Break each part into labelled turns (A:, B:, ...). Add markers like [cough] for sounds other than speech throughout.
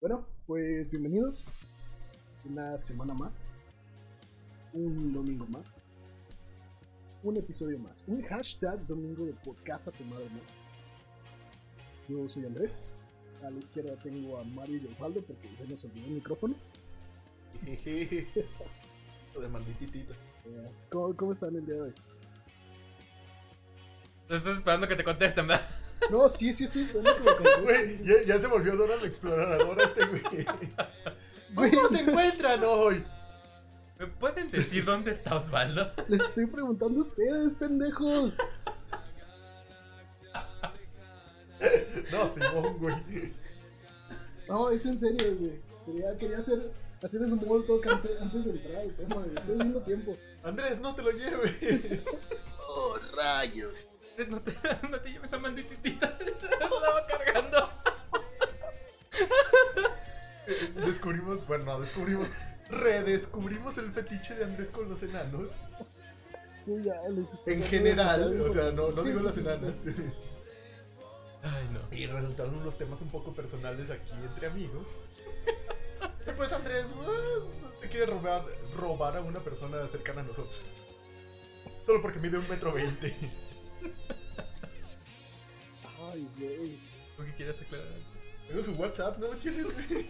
A: Bueno, pues bienvenidos. Una semana más. Un domingo más. Un episodio más. Un hashtag domingo de podcast a tu madre mía. Yo soy Andrés. A la izquierda tengo a Mario y a Osvaldo porque ya nos olvidó el micrófono.
B: Lo de maldititito.
A: Eh, ¿Cómo, cómo están el día de hoy?
C: No estás esperando que te contesten, ¿verdad?
A: No, sí, sí, estoy esperando que me
B: Güey,
A: contesten.
B: ya, ya se volvió Dora la exploradora este [laughs] güey.
A: Güey,
B: ¿Cómo se encuentran hoy?
C: ¿Me pueden decir dónde está Osvaldo? [laughs]
A: Les estoy preguntando a ustedes, pendejos.
B: No, Simón, güey.
A: No, es en serio, güey. Quería, quería hacer, hacer ese modo talk antes, antes de entrar al tema, güey. Estoy haciendo tiempo.
B: Andrés, no te lo lleves.
D: Oh, rayos.
C: No te, no te lleves a [laughs] maldititita. Estaba cargando.
B: Descubrimos, bueno, no, descubrimos. Redescubrimos el fetiche de Andrés con los enanos.
A: Sí, ya, les estoy
B: En
A: dando
B: general,
A: demasiado
B: o sea, no, no
A: Sí,
B: digo
A: sí,
B: las
A: sí, sí,
B: enanas.
A: sí.
C: Ay, no.
B: Y resultaron unos temas un poco personales aquí entre amigos. Y [laughs] pues Andrés ah, se quiere robar, robar a una persona cercana a nosotros. Solo porque mide un metro veinte. [laughs]
A: Ay, güey.
C: ¿Tú qué quieres aclarar?
B: Tengo su WhatsApp, ¿no lo quieres, güey?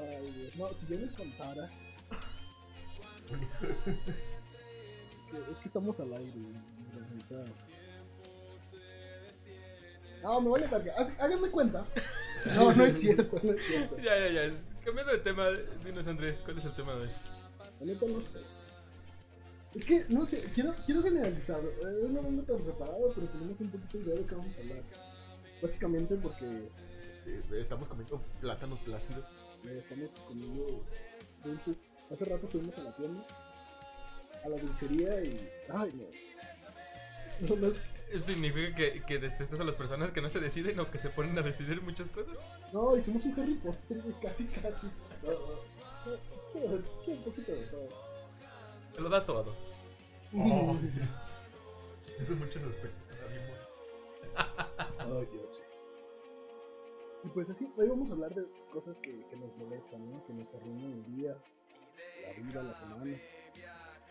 A: Ay, güey. No, si yo les contara. Es que, es que estamos al aire, güey. la neta. No, me vale verga. Haz- Háganme
B: [laughs]
A: cuenta. No, no es cierto, no es cierto.
C: Ya, ya, ya. Cambiando de tema, dinos Andrés, ¿cuál es el tema de hoy?
A: La neta no sé. Es que, no sé, quiero, quiero generalizarlo. Eh, no vengo tan preparado, pero tenemos un poquito de idea de qué vamos a hablar. Básicamente porque
B: [laughs] Eh, Estamos comiendo plátanos plácidos.
A: eh, estamos comiendo dulces. Hace rato fuimos a la tienda, a la dulcería y... ¡Ay, no! No, no, es-
C: ¿Eso significa que, que detestas a las personas que no se deciden o que se ponen a decidir muchas cosas?
A: no, hicimos un Harry Potter, güey, casi, casi. No, no, no, no, un poquito de todo.
C: Te lo da todo.
B: Oh. [laughs] Eso en muchos aspectos. está bien bueno.
A: Oh, yo sé. Y pues así, hoy vamos a hablar de cosas que, que nos molestan, ¿no? Que nos arruinan el día, la vida, la semana.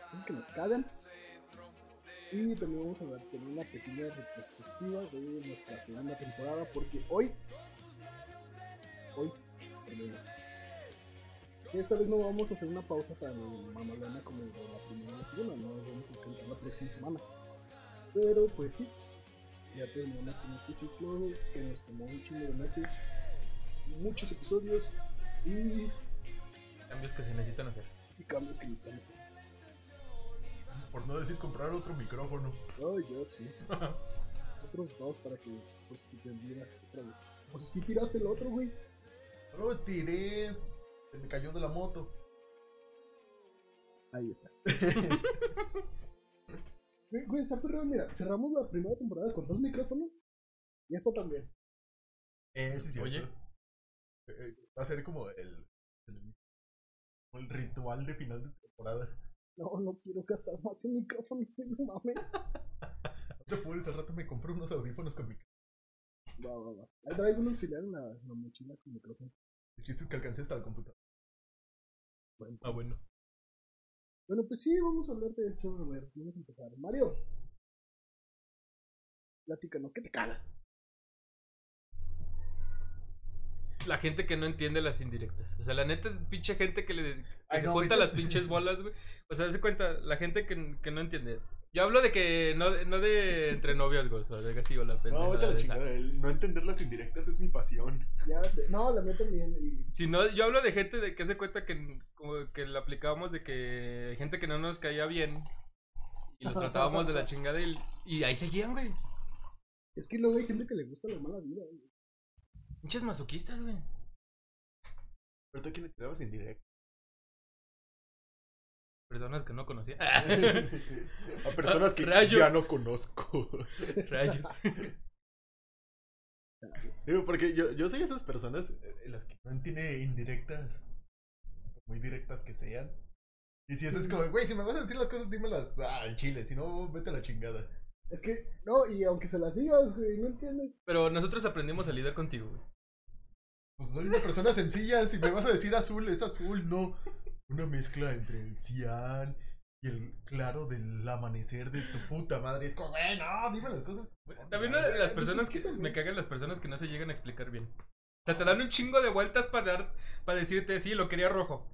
A: Cosas que nos cagan. Y también vamos a hablar- tener una pequeña retrospectiva de nuestra segunda temporada, porque hoy, hoy, eh, esta vez no vamos a hacer una pausa tan mamalona como la primera y la segunda, no vamos a descansar la próxima semana. Pero pues sí, ya terminamos con este ciclo que nos tomó un chingo de meses, muchos episodios y,
C: Cambios que se necesitan hacer.
A: y cambios que necesitamos hacer.
B: Por no decir comprar otro micrófono.
A: Oh, ya sí. Otros dos para que, pues, si te olvidas otra vez. Pues si tiraste el otro, güey.
B: Lo tiré. Se me cayó de la moto.
A: Ahí está. Güey, güey, está perrón, mira, cerramos la primera temporada con dos micrófonos y esta también.
B: Eh, sí, cierto.
C: Oye.
B: Eh, Va a ser como el, el, como el ritual de final de temporada.
A: No, no quiero gastar más en micrófonos, [laughs] güey, no mames.
B: No te puedes, al rato me compré unos audífonos con mi.
A: Va, va, va. Ahí traigo un auxiliar en la, en la mochila con micrófono.
B: El chiste es que alcancé hasta la computadora.
A: Bueno,
C: Ah, bueno.
A: Bueno, pues sí, vamos a hablar de eso. A ver, vamos a empezar. Mario, platícanos, ¿qué te caga?
C: La gente que no entiende las indirectas. O sea, la neta, pinche gente que, le, que
B: Ay,
C: se
B: no, [laughs] ahorita-
C: junta las pinches bolas, güey. O sea, se cuenta, la gente que, que no entiende. Yo hablo de que no, de- no de entre novios, güey. O sea, de que sí, o la
B: No,
C: pendejada
B: vete a la
C: de esa.
B: chingada. el no entender las indirectas es mi pasión.
A: Ya sé. No, la mía también. Y...
C: Si no, yo hablo de gente de que se cuenta que, como que la aplicábamos de que gente que no nos caía bien. Y los tratábamos de la chingada y, y ahí seguían, güey.
A: Es que luego hay gente que le gusta la mala vida. güey.
C: Pinches masoquistas, güey.
B: Pero tú a quién le tirabas
C: [laughs]
B: indirectas.
C: Personas que no conocía. [laughs]
B: A personas que
C: Ah, Rayo.
B: ya no conozco.
C: Rayos.
B: Digo, porque yo, yo soy esas eh, personas eh, en las que no tiene indirectas, por muy directas que sean. Y si es como, güey, si me vas a decir las cosas, dímelas ah, al chile, si no, vete a la chingada.
A: Es que, no, y aunque se las digas, güey, no entiendes.
C: Pero nosotros aprendimos a lidiar contigo, güey.
B: Pues soy una persona sencilla, si me vas a decir azul, es azul, no. Una mezcla entre el cian y el claro del amanecer de tu puta madre. Es como, güey, no, dime las cosas.
C: También
B: Güey,
C: una de las
A: pues
C: personas
A: es que
C: que
A: también-
C: me cagan las personas que no se llegan a explicar bien. O sea, te dan un chingo de vueltas para dar para decirte, sí, lo quería rojo.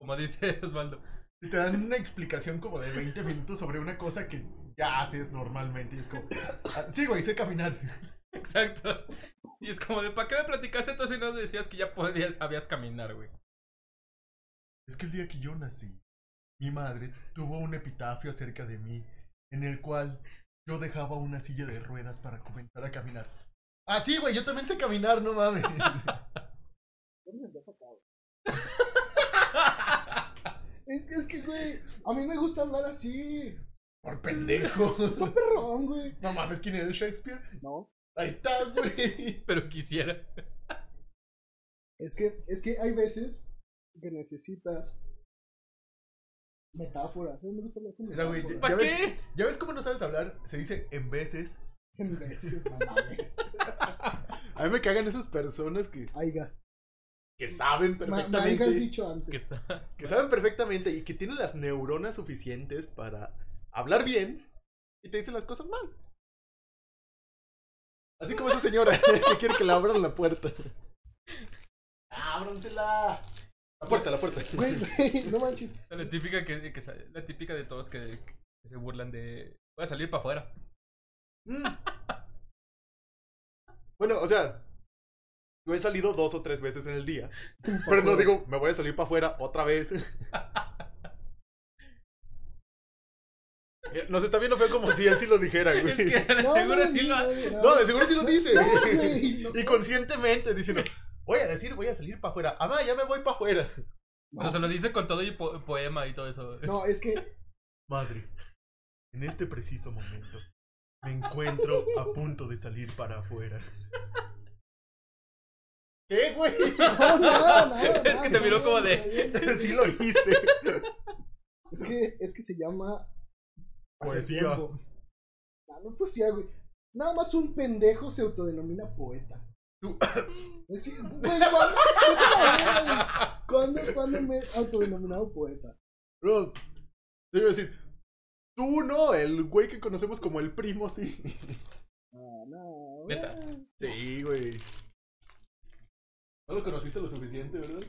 C: Como dice [laughs] Osvaldo.
B: Y te dan una explicación como de 20 minutos sobre una cosa que ya haces normalmente. Y es como, ah, sí, güey, sé caminar.
C: Exacto. Y es como de, ¿para qué me platicaste tú si no decías que ya podías, sabías caminar, güey?
B: Es que el día que yo nací, mi madre tuvo un epitafio acerca de mí, en el cual yo dejaba una silla de ruedas para comenzar a caminar. Ah, sí, güey, yo también sé caminar, no mames.
A: Eres el dejo acá, güey. Es, es que, güey, a mí me gusta hablar así.
B: [laughs] Por [laughs] pendejo.
A: Está perrón, güey.
B: No mames, ¿quién eres Shakespeare?
A: No,
B: Ahí está, güey. [laughs]
C: Pero quisiera.
A: es que, es que hay veces que necesitas metáforas. A mí me gusta hablar con
B: Mira, güey,
A: metáforas. [laughs]
B: ya
C: ¿Para
B: ves-
C: qué?
B: ¿Ya ves cómo no sabes hablar? Se dice en veces.
A: En veces, no mames.
B: A mí me cagan esas personas que,
A: Aiga.
B: que saben
A: Ma- ma- Aiga has
B: perfectamente.
A: dicho antes.
C: Que está.
B: Que saben perfectamente y que tienen las neuronas suficientes para hablar bien y te dicen las cosas mal. Así como esa señora [laughs] que quiere que le abran la puerta. ¡Ábransela! La puerta, la puerta.
A: [laughs] Güey, güey, no manches.
C: O sea, La típica, que, que sa- la típica de todos que, que se burlan de. Voy a salir para afuera.
B: Mm. [laughs] Bueno, o sea, yo he salido dos o tres veces en el día. Pero no digo, me voy a salir para afuera otra vez. Eh, Nos está viendo feo como si él sí lo dijera,
C: [laughs] Es
B: güey.
C: que a
A: [laughs]
C: la [laughs]
A: No,
C: segura
A: güey,
C: sí lo ha-
A: güey,
B: No, de seguro sí lo dice.
A: No, güey, no.
B: Y conscientemente diciendo, voy a decir, voy a salir para afuera. Amá, ya me voy para afuera.
C: Pero se lo dice con todo y po- poema y todo eso. [laughs]
A: No, es que
B: Madre, en este preciso momento me encuentro a punto de salir para afuera. ¿Qué, güey? [laughs]
A: No, nada, nada,
C: [laughs] Es que te miró
A: está
C: como
A: bien,
C: de-
A: está bien.
B: Sí lo hice.
A: Es que, es que se llama.
B: Poesía.
A: acertijo. No, no poesía, güey. Nada más un pendejo se autodenomina poeta.
B: Tú.
A: Es decir, güey, ¿cuándo, vete a la verga, güey? ¿Cuándo- cuándo me he autodenominado poeta?
B: Bro, te iba a decir, tú no, el güey que conocemos como el primo, sí.
A: Ah, no. güey.
C: Neta.
B: Sí, güey. No lo conociste lo suficiente, ¿verdad?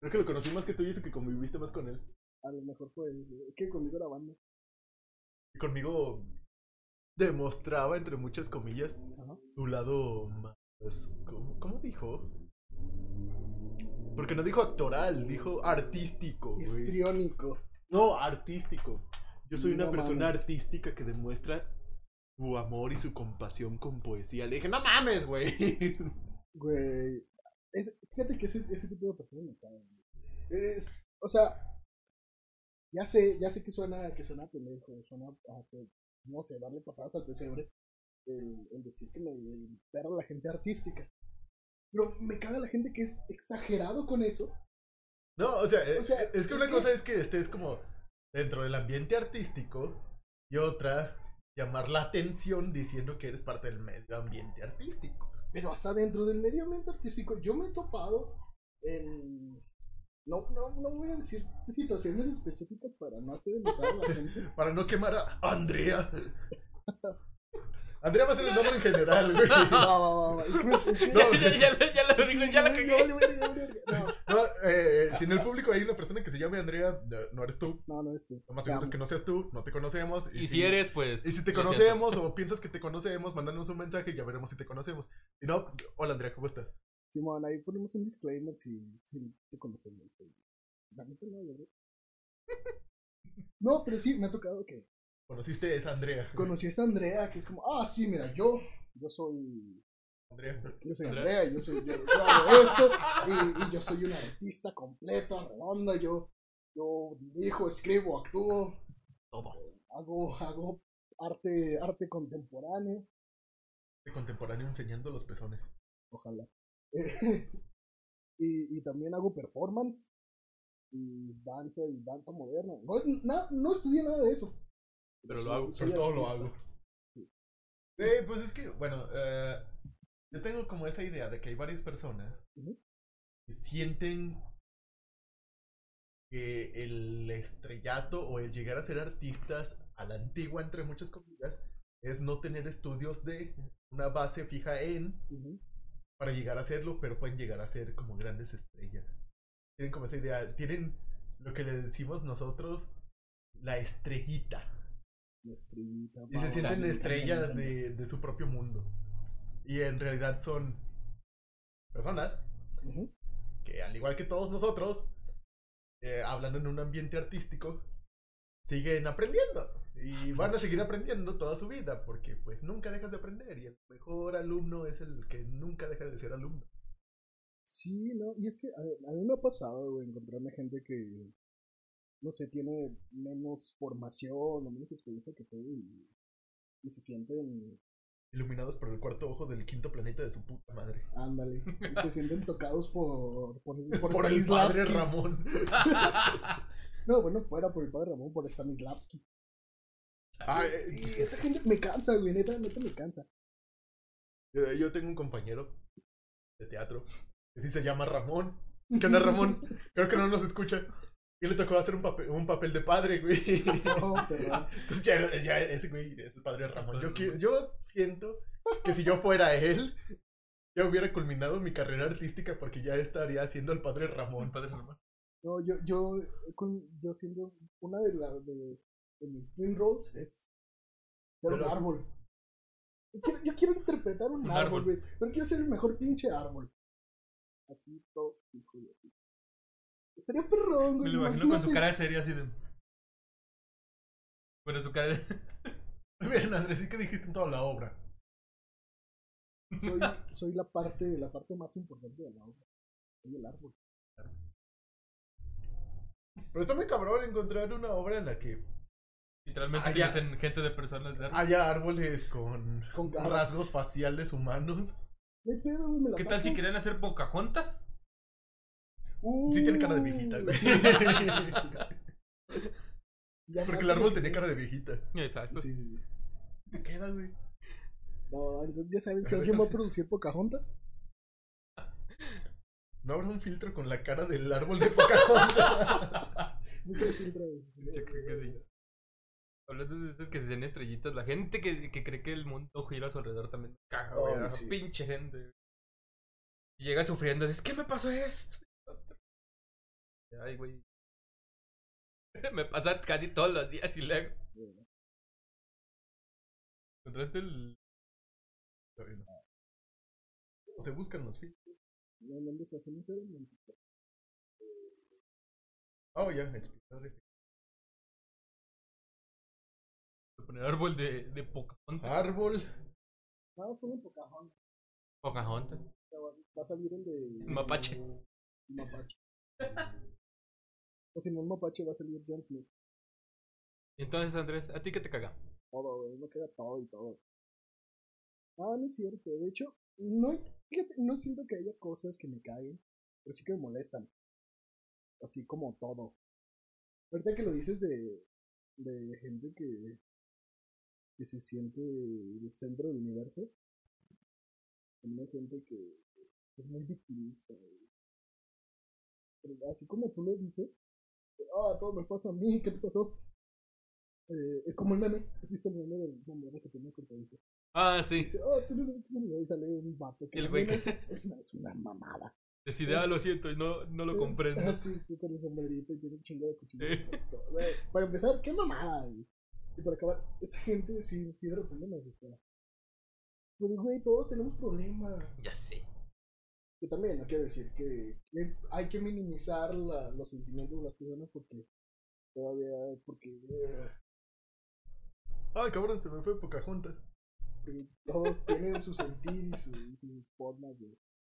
B: Creo que lo conocí más que tú y eso que conviviste más con él.
A: A lo mejor fue. Es que conmigo la banda.
B: Y conmigo demostraba, entre muchas comillas,
A: Ajá.
B: tu lado más... ¿Cómo, cómo dijo? Porque no dijo actoral, dijo artístico, güey.
A: Histriónico.
B: No, artístico. Yo soy una
A: No
B: persona
A: mames.
B: artística que demuestra su amor y su compasión con poesía. Le dije, no mames, güey. [laughs]
A: Güey. Es- fíjate que ese, ese tipo de persona me cae. Es, o sea, ya sé, ya sé que suena, que suena pendejo, suena a que, no sé, darle patadas al pesebre, el, el decir que me perro la gente artística. Pero me caga la gente que es exagerado con eso.
B: No, o sea, eh,
A: O sea,
B: es que
A: es
B: una
A: que-
B: cosa es que estés como dentro del ambiente artístico y otra, llamar la atención diciendo que eres parte del medio ambiente artístico.
A: Pero hasta dentro del medio ambiente artístico, yo me he topado en. No, no, no voy a decir situaciones específicas para no hacer enojar a la gente.
B: Para no quemar a Andrea. [laughs] Andrea va a ser el nombre en
A: [laughs]
B: general,
C: [laughs]
B: güey.
A: Va, va, va, va. Es que me- es que-
B: No,
C: ya, ya, ya, ya lo digo, ya la
A: No,
C: cagué.
A: no, vale, vale, vale, vale.
B: No, eh, si en el público hay una persona que se llame Andrea, no, no eres tú.
A: No, no, no este, es tú.
B: Lo más seguro es que no seas tú, no te conocemos.
C: Y si eres, pues.
B: Y si te
C: lo siento.
B: conocemos o piensas que te conocemos, mándanos un mensaje y ya veremos si te conocemos. Y no, hola Andrea, ¿cómo estás?
A: Simón, ahí ponemos un disclaimer si, si te conocemos. güey. La neta no, la verdad. No, pero sí, me ha tocado que
B: ¿Conociste a esa Andrea?
A: conocí a esa Andrea, que es como, ah, sí, mira, yo, yo soy,
B: Andrea.
A: yo soy
C: Andrea.
A: Andrea, yo soy, yo, yo hago esto, y, y yo soy un artista completo, redonda, yo, yo dirijo, escribo, actúo,
B: Todo.
A: hago, hago arte, arte contemporáneo,
B: De contemporáneo enseñando los pezones.
A: [laughs] Ojalá. Eh, y, y también hago performance. Y y danza y danza moderna. No, no, no estudié nada de eso.
B: Pero
A: Sí,
B: lo hago,
A: soy
B: sobre todo lo
A: artista.
B: hago.
A: Sí.
B: Eh, pues es que, bueno, eh, yo tengo como esa idea de que hay varias personas
A: Ujú.
B: que sienten que el estrellato o el llegar a ser artistas a la antigua, entre muchas comillas, es no tener estudios de una base fija en
A: Ujú.
B: para llegar a hacerlo, pero pueden llegar a ser como grandes estrellas. Tienen como esa idea, tienen lo que le decimos nosotros, la estrellita.
A: La estrellita,
B: Y se
A: va,
B: sienten
A: va,
B: estrellas de, de su propio mundo. Y en realidad son personas
A: Ujú.
B: que, al igual que todos nosotros, eh, hablando en un ambiente artístico, siguen aprendiendo. Y van a seguir aprendiendo toda su vida, porque pues nunca dejas de aprender. Y el mejor alumno es el que nunca deja de ser alumno.
A: Sí, no, y es que a, ver, a mí me ha pasado, güey, encontrarme gente que, no sé, tiene menos formación o menos experiencia que tú y, y se sienten,
B: Iluminados por el cuarto ojo del quinto planeta de su puta madre.
A: ándale, y se sienten tocados por, por, por,
B: Por, el padre
A: Stanislavski.
B: Ramón.
A: No, bueno, fuera por el padre Ramón, por Stanislavski.
B: [laughs] Ah, eh,
A: Y esa gente me cansa, güey, neta, neta me cansa.
B: Yo, yo tengo un compañero de teatro que sí se llama Ramón. ¿Qué onda, [laughs] Ramón? Creo que no nos escucha. Y le tocó hacer un papel, un papel de padre, güey. [laughs]
A: No, Oh, [laughs] perdón.
B: Entonces ya, ya ese güey es el padre de Ramón. Yo, qui- yo siento que si yo fuera él, ya hubiera culminado mi carrera artística porque ya estaría siendo el padre Ramón.
C: Padre Ramón.
A: No, yo, yo, con, yo siendo una de las de, de mis dream roles es ser
B: De
A: un
B: los-
A: árbol. Yo quiero, yo quiero interpretar un,
C: Un árbol.
A: árbol, güey. Pero quiero ser el mejor pinche árbol. Así todo, hijo de puta. Estaría perrón,
C: Me
A: güey.
C: lo imagino con su
A: imagínate.
C: cara seria así de. Bueno, su cara de. [laughs]
B: Miren, Andrés, ¿y qué dijiste en toda la obra?
A: Soy, soy la parte, la parte más importante de la obra. Soy el árbol.
B: Pero está muy cabrón encontrar una obra en la que
C: Literalmente
B: Ah,
C: te
B: ya.
C: dicen gente de personas de
B: haya árboles con
A: Con garras.
B: rasgos faciales humanos.
A: No hay pedo, güey, me la
C: ¿Qué tal si
A: paso.
C: querían hacer pocajontas?
B: Sí tiene cara de viejita,
A: Uh,
B: güey.
A: sí, ya
B: [laughs] Porque
A: más
B: el árbol
A: que-
B: tenía cara de viejita.
C: Exacto.
A: Sí, sí, sí.
B: ¿Te queda, güey?
A: No, entonces ya saben, si alguien va a producir Pocahontas, [laughs]
B: No habrá un filtro con la cara del árbol de Pocahontas. [laughs]
A: no se filtra. güey.
C: Yo creo que sí. Hablando de esas que se hacen estrellitas, la gente que, que cree que el mundo gira a su alrededor también me caga, güey.
A: Ay,
C: esa
A: sí.
C: Pinche gente. Y llega sufriendo, es que me pasó esto. Ay, güey. [laughs] Me pasa casi todos los días y luego. ¿Encontraste el.?
B: ¿Cómo se buscan los filtros?
A: No, no, no, no, no, no, no.
B: Oh, ya, explicador.
C: Poner árbol de, de Pocahontas.
B: Árbol.
A: No, Ah, fue un Pocahontas.
C: Pocahontas.
A: Va va a salir el de.
C: Mapache.
A: el
B: [laughs]
A: Mapache. O si no, el Mapache va a salir John Smith.
C: Y Entonces, Andrés, ¿a ti qué te caga?
A: Todo, güey. Me queda todo y todo. Ah, no es cierto. De hecho, no, hay- fíjate, no siento que haya cosas que me caguen, pero sí que me molestan. Así como todo. Ahorita que lo dices de, de gente que, que se siente el centro del universo, también hay gente que es muy victimista. güey. Pero así como tú lo dices, que, ah, todo me pasa a mí, ¿qué te pasó? Eh, es como el meme, existe el meme del hombre que tiene cortadito.
C: Ah, sí.
A: Dice, oh, tú no sabes qué es una-" y sale un vato. que
C: El
A: la
C: güey
A: neta
C: que
A: es,
C: se-
A: es una, es una mamada.
C: Decidí, ah, lo siento, y no, no lo comprendo. Eh.
A: Así, tú con el sombrerito y tiene un chingo de cuchillos.
C: Sí.
A: Güey, Para empezar, qué mamada, güey. Y para acabar, esa gente sí, sí de repente me desespera. Pero, güey, todos tenemos problemas.
C: Ya sé.
A: Que también, no quiero decir que, que hay que minimizar la- los sentimientos de las personas porque todavía, porque, eh,
B: Ay, cabrón, se me fue Pocahontas.
A: porque todos tienen su sentir y su- y sus formas de,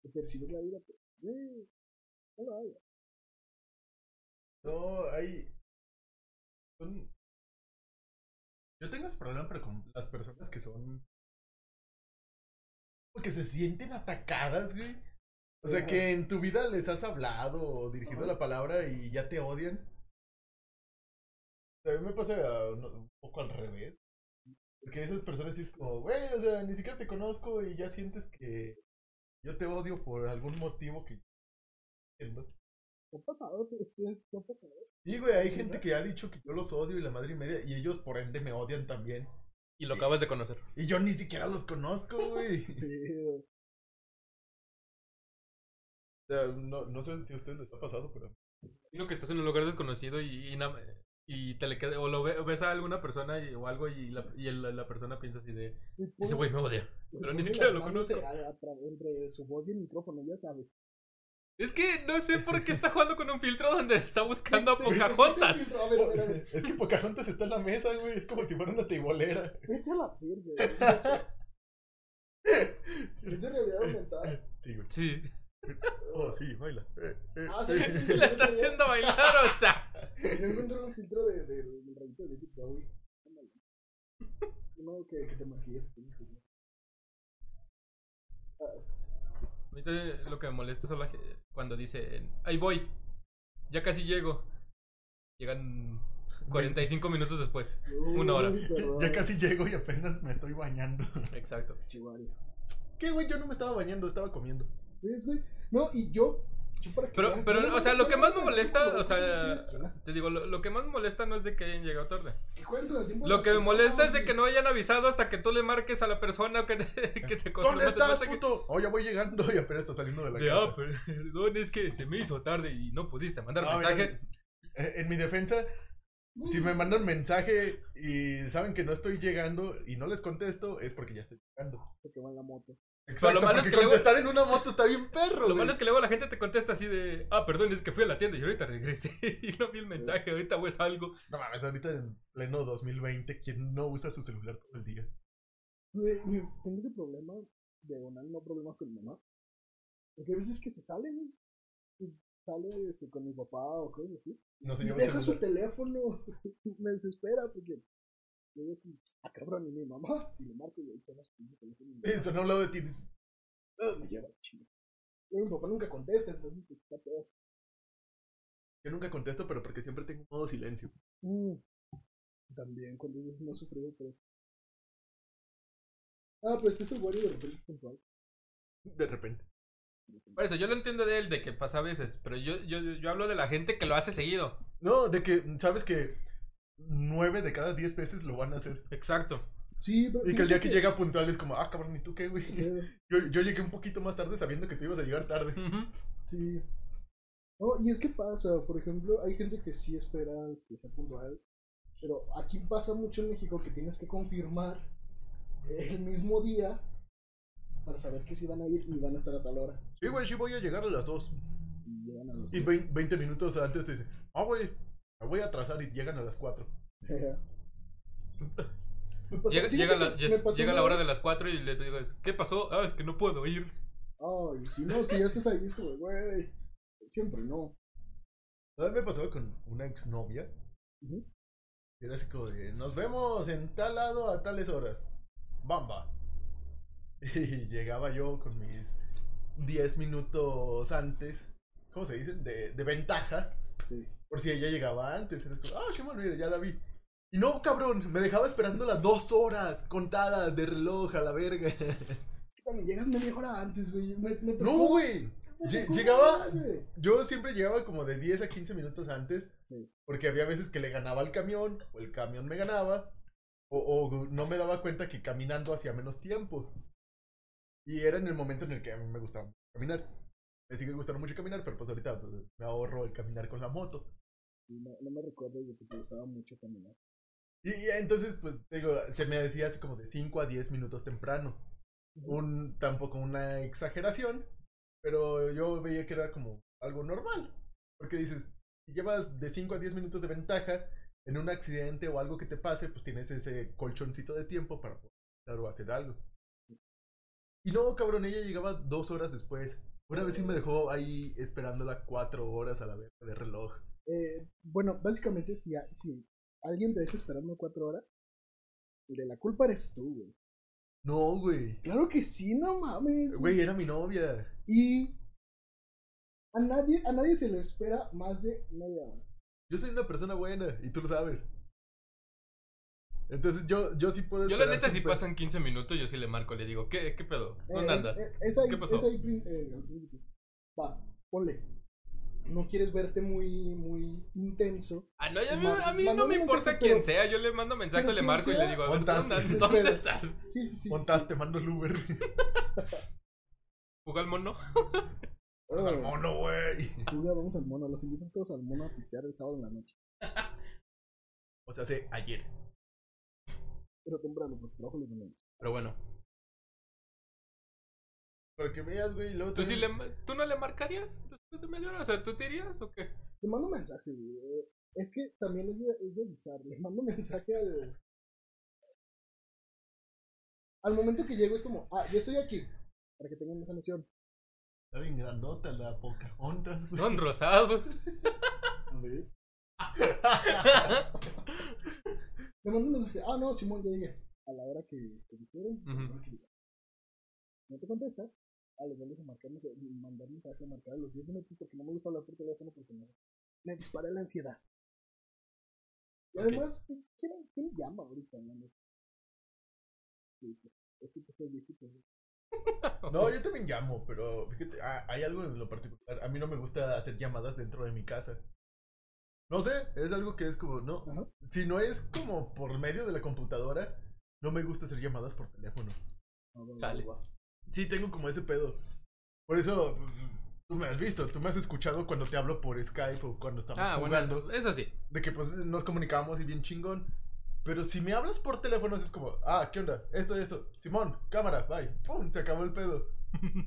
A: de percibir la vida. Pero, güey, no lo hagas.
B: No, hay. Son... Yo tengo ese problema pero con las personas que son. como que se sienten atacadas, güey. O sea,
A: Ajá.
B: que en tu vida les has hablado o dirigido la palabra y ya te odian. A mí me pasa ah, no, un poco al revés. Porque esas personas sí es como, güey, o sea, ni siquiera te conozco y ya sientes que yo te odio por algún motivo que... entiendo.
A: ¿Qué ha pasado? ¿Qué qué ha pasado?
B: Sí, güey, hay gente que ha dicho que yo los odio y la madre y media, y ellos por ende me odian también.
C: Y lo acabas de conocer.
B: Y yo ni siquiera los conozco, güey.
A: Pero,
B: [laughs] O sea, no, no sé si a ustedes les ha pasado, [laughs] pero...
C: Imagino que estás en un lugar desconocido y, y, na- y te le queda, o lo ve- ves a alguna persona y- o algo y, la, y el- la persona piensa así de,
A: y pone-
C: ese güey me odia.
A: y
C: pero ni
A: pone
C: siquiera
A: las
C: lo
A: manos
C: conozco.
A: a- a tra- entre su voz y el micrófono, ya
C: [laughs]
A: sabes.
C: Es que no sé por qué está jugando con un filtro donde está buscando a
A: ¿De- de- de qué se [laughs]
C: Pocahontas.
A: filtró? A ver, a ver, a ver.
B: Es que Pocahontas está en la mesa, güey. Es como si fuera una teibolera.
A: Vete a la verga.
C: [laughs]
A: güey. Es de realidad aumentada.
B: Sí, güey.
C: Sí. [laughs]
B: Oh, sí, baila. Eh, eh.
A: Ah, sí.
B: [laughs]
C: Y la está haciendo bailar, o sea.
A: Yo encontré un filtro de, de, del rayito de David Bowie.
C: [laughs]
A: Ándale. Uno que, que te maquillas.
C: A mí te- Lo que me molesta es la ge- cuando dicen, ahí voy, ya casi llego. Llegan 45 minutos después. Una hora.
B: Ya casi llego y apenas me estoy bañando.
C: Exacto.
A: Chihuahua.
B: [laughs] ¿Qué, güey? Yo no me estaba bañando, estaba comiendo.
A: ¿Ves, güey? No, y yo. yo para que
C: Pero-
A: veas,
C: pero,
A: yo no
C: o
A: me
C: sea, lo
A: meto
C: que
A: en
C: más me
A: la
C: molesta,
A: esquina,
C: o sea,
A: yo no estoy en la esquina.
C: Te digo, lo, lo que más me molesta no es de que hayan llegado tarde.
A: Que jueguen con el tiempo de
C: Lo
A: las
C: que me
A: personas,
C: molesta es de que
A: güey.
C: no hayan avisado hasta que tú le marques a la persona que te, que te contrató.
B: ¿Dónde estás,
C: Te pasa que-
B: puto? Oh, ya voy llegando y apenas está saliendo de la
C: De, ah,
B: casa.
C: perdón, es que se me hizo tarde y no pudiste mandar
B: Ah,
C: mensaje.
B: Eh, En mi defensa, si me mandan mensaje y saben que no estoy llegando y no les contesto, es porque ya estoy llegando.
A: Porque va en la moto.
B: Exacto,
C: lo malo es
B: porque
C: que luego-
B: contestar en una moto está bien perro,
C: Lo
B: güey.
C: malo es que luego la gente te contesta así de, ah, perdón, es que fui a la tienda y ahorita regresé [laughs] y no vi el mensaje, ahorita voy algo.
B: No mames, ahorita en pleno 2020, ¿quién no usa su celular todo el día?
A: Güey, güey, Tengo ese problema de Donald, no problemas con mi mamá. Porque hay veces que se sale, güey. Y Sale este, con mi papá o cosas así.
B: No se
A: Y
B: lleva el
A: deja su
B: celular.
A: teléfono. [laughs] me desespera porque. Luego es como, ah, cabrón, y mi mamá. Y le marco y ahí está su pinche teléfono.
B: Eh, Sonó a un lado de ti. dices,
A: Ah, me lleva chido. Pero mi papá nunca contesta, entonces pues, está peor.
B: Yo nunca contesto, pero porque siempre tengo modo silencio.
A: Mm. También, cuando dices no he sufrido, pero. Ah, pues este es el guardia de repente es puntual.
B: De repente.
C: Por eso, yo lo entiendo de él, de que pasa a veces, pero yo, yo, yo hablo de la gente que lo hace seguido.
B: No, de que, ¿sabes que 9 de cada 10 veces lo van a hacer.
C: Exacto.
A: Sí, pero.
B: Y que el día
A: fíjate
B: que llega puntual es como, ah, cabrón, ¿y tú qué, güey?
A: Eh,
B: Yo, yo llegué un poquito más tarde sabiendo que tú ibas a llegar tarde.
C: Ujú.
A: Sí. No, y es que pasa, por ejemplo, hay gente que sí espera que sea puntual, pero aquí pasa mucho en México que tienes que confirmar el mismo día para saber que sí van a ir y van a estar a tal hora.
B: Sí, güey, sí voy a llegar a las 2.
A: Y llegan a los
B: Y
A: dos.
B: vein- 20 minutos antes te dicen, ah, güey, me voy a atrasar y llegan a las 4.
A: [laughs] Me pasó-
C: Llega,
A: fíjate
C: llega la,
A: que me pasó
C: llega la
A: una
C: hora de
A: vez-
C: las 4 y le digo, ¿qué pasó? Ah, es que no puedo ir.
A: Ay, si no, que ya estás ahí, es como, güey, siempre no.
B: ¿Sabes? Me pasó con una exnovia.
A: Ujú.
B: Era así como de, nos vemos en tal lado a tales horas. Bamba. [laughs] Y llegaba yo con mis 10 minutos antes, ¿cómo se dicen? De, de ventaja.
A: Sí.
B: Por si ella llegaba antes. Era como, ah, Shimon, mira, ya la vi. Y no, cabrón, me dejaba esperándola dos horas contadas de reloj a la verga. [laughs]
A: También llegas media hora antes, güey. Me, me
B: No,
A: tocó-
B: güey.
A: me
B: Lle-
A: tocó
B: llegaba-
A: una vez, güey.
B: Yo siempre llegaba como de 10 a 15 minutos antes,
A: Sí.
B: porque había veces que le ganaba al camión, o el camión me ganaba, o, o no me daba cuenta que caminando hacía menos tiempo. Y era en el momento en el que a mí me gustaba mucho caminar. Me sigue gustando mucho caminar, pero pues ahorita pues, me ahorro el caminar con la moto.
A: Sí, No, no me recuerdo de que te gustaba mucho caminar.
B: Y, y entonces, pues, te digo, se me decía así como de 5 a 10 minutos temprano. Un, tampoco una exageración, pero yo veía que era como algo normal. Porque dices, si llevas de 5 a 10 minutos de ventaja en un accidente o algo que te pase, pues tienes ese colchoncito de tiempo para poder claro, hacer algo. Y no, cabrón, ella llegaba dos horas después. Una vez sí me dejó ahí esperándola cuatro horas a la verga de reloj.
A: Eh, bueno, básicamente, si, a- si alguien te deja esperando cuatro horas, de la culpa eres tú, güey.
B: No, güey.
A: Claro que sí, no mames.
B: Güey, era mi novia.
A: Y A nadie, a nadie se le espera más de media hora.
B: Yo soy una persona buena y tú lo sabes. Entonces yo, yo sí pues. puedo
C: Yo la
B: esperar
C: neta, si
B: súper-
C: pasan 15 minutos, yo sí le marco, le digo, ¿qué, qué pedo? ¿Dónde
A: Eh,
C: andas?
A: eh, Es, ahí,
C: ¿Qué pasó?
A: es ahí prin- eh, al principio. Va, ponle. No quieres verte muy, muy intenso.
C: Ah, no, ya a mí,
A: ma-
C: a mí
A: mandó
C: no me
A: un
C: importa
A: mensaje,
C: quién
A: pero-
C: sea, yo le mando mensaje,
A: pero
C: le
A: quien
C: marco y
A: sea,
C: le digo, "A ver,
B: Montas-
C: ¿dónde, andas? ¿dónde
A: Espera.
C: estás? [laughs]
A: Sí, sí, sí, sí.
B: Montas, te mando el Uber. [laughs]
C: ¿Fuga al mono?
A: sí.
B: Vamos al
A: Ah,
B: mono, güey.
A: Julia, vamos al mono. Los invito todos al mono a pistear el sábado en la noche.
B: O sea, hace ayer.
A: Pero temprano, porque trabajo los domingos.
C: Pero bueno,
B: Para que veas, güey. y luego
C: ¿tú, sí
B: también-
C: le, ma- ¿tú no le marcarías después de media hora? O sea, ¿tú te irías o qué?
A: Te mando un mensaje, güey. Eh, Es que también es de, es de avisar. Le mando un mensaje al. Al momento que llego es como, ah, yo estoy aquí. Para que tengan esa noción.
B: Está bien grandota la poca. Ondas,
C: Son rosados.
A: Le mando un mensaje. Ah, no, Simón, ya llegué. A la hora que, que dijeron.
C: Ujú.
A: No te contesta. Ah, les vuelves a marcar, mens- mandar mensaje, marcar a los 10 minutos porque no me gusta hablar por teléfono porque me, me dispara la ansiedad. Y
C: Ok.
A: además, ¿quién, quién me llama ahorita? la neta? Sí, sí, Es que tú estás viejito. güey.
B: No, yo también llamo, pero fíjate, ah, hay algo en lo particular. A mí no me gusta hacer llamadas dentro de mi casa. No sé, es algo que es como, no.
A: Ajá.
B: Si no es como por medio de la computadora, no me gusta hacer llamadas por teléfono.
A: No, no, no,
C: Chale.
A: no, no.
B: Sí, tengo como ese pedo. Por eso, mm, tú me has visto, tú me has escuchado cuando te hablo por Skype o cuando estamos
C: Ah,
B: jugando.
C: bueno, eso sí.
B: De que pues nos comunicamos y bien chingón. Pero si me hablas por teléfono es como, ah, ¿qué onda? Esto, esto. Simón, cámara, bye. ¡Pum! Se acabó el pedo.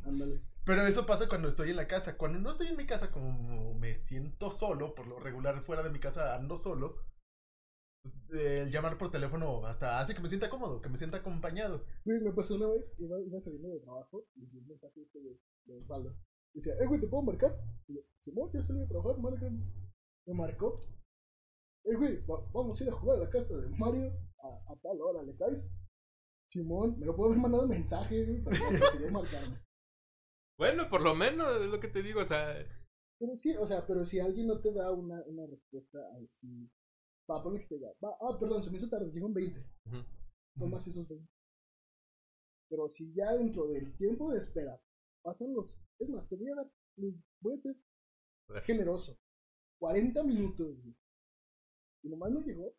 A: Ándale.
B: Pero eso pasa cuando estoy en la casa. Cuando no estoy en mi casa, como me siento solo, por lo regular fuera de mi casa ando solo, eh, el llamar por teléfono hasta hace que me sienta cómodo, que me sienta acompañado.
A: Güey, me pasó una vez, iba, iba saliendo de trabajo y vi un mensaje este de, de Osvaldo. Decía, eh, güey, ¿te puedo marcar? Y yo, Simón, ya salí de trabajar, márcame. Me marcó. Eh, güey, va- vamos a ir a jugar a la casa de Mario a, a tal hora, ¿le caes? Simón, me lo puedo haber mandado un mensaje, güey, pero no, [laughs] quería marcarme.
C: Bueno, por lo menos es lo que te digo, o sea,
A: Pero sí, o sea, pero si alguien no te da una, una respuesta así, va, ponle que te diga, va, ah, perdón, se me hizo tarde, llegó un 20.
C: ujú.
A: tomas esos 20. Pero si ya dentro del tiempo de espera pasan los. Es más, te voy a dar. eh, Voy a ser
C: A ver.
A: generoso. 40 minutos. güey. Y nomás no llegó.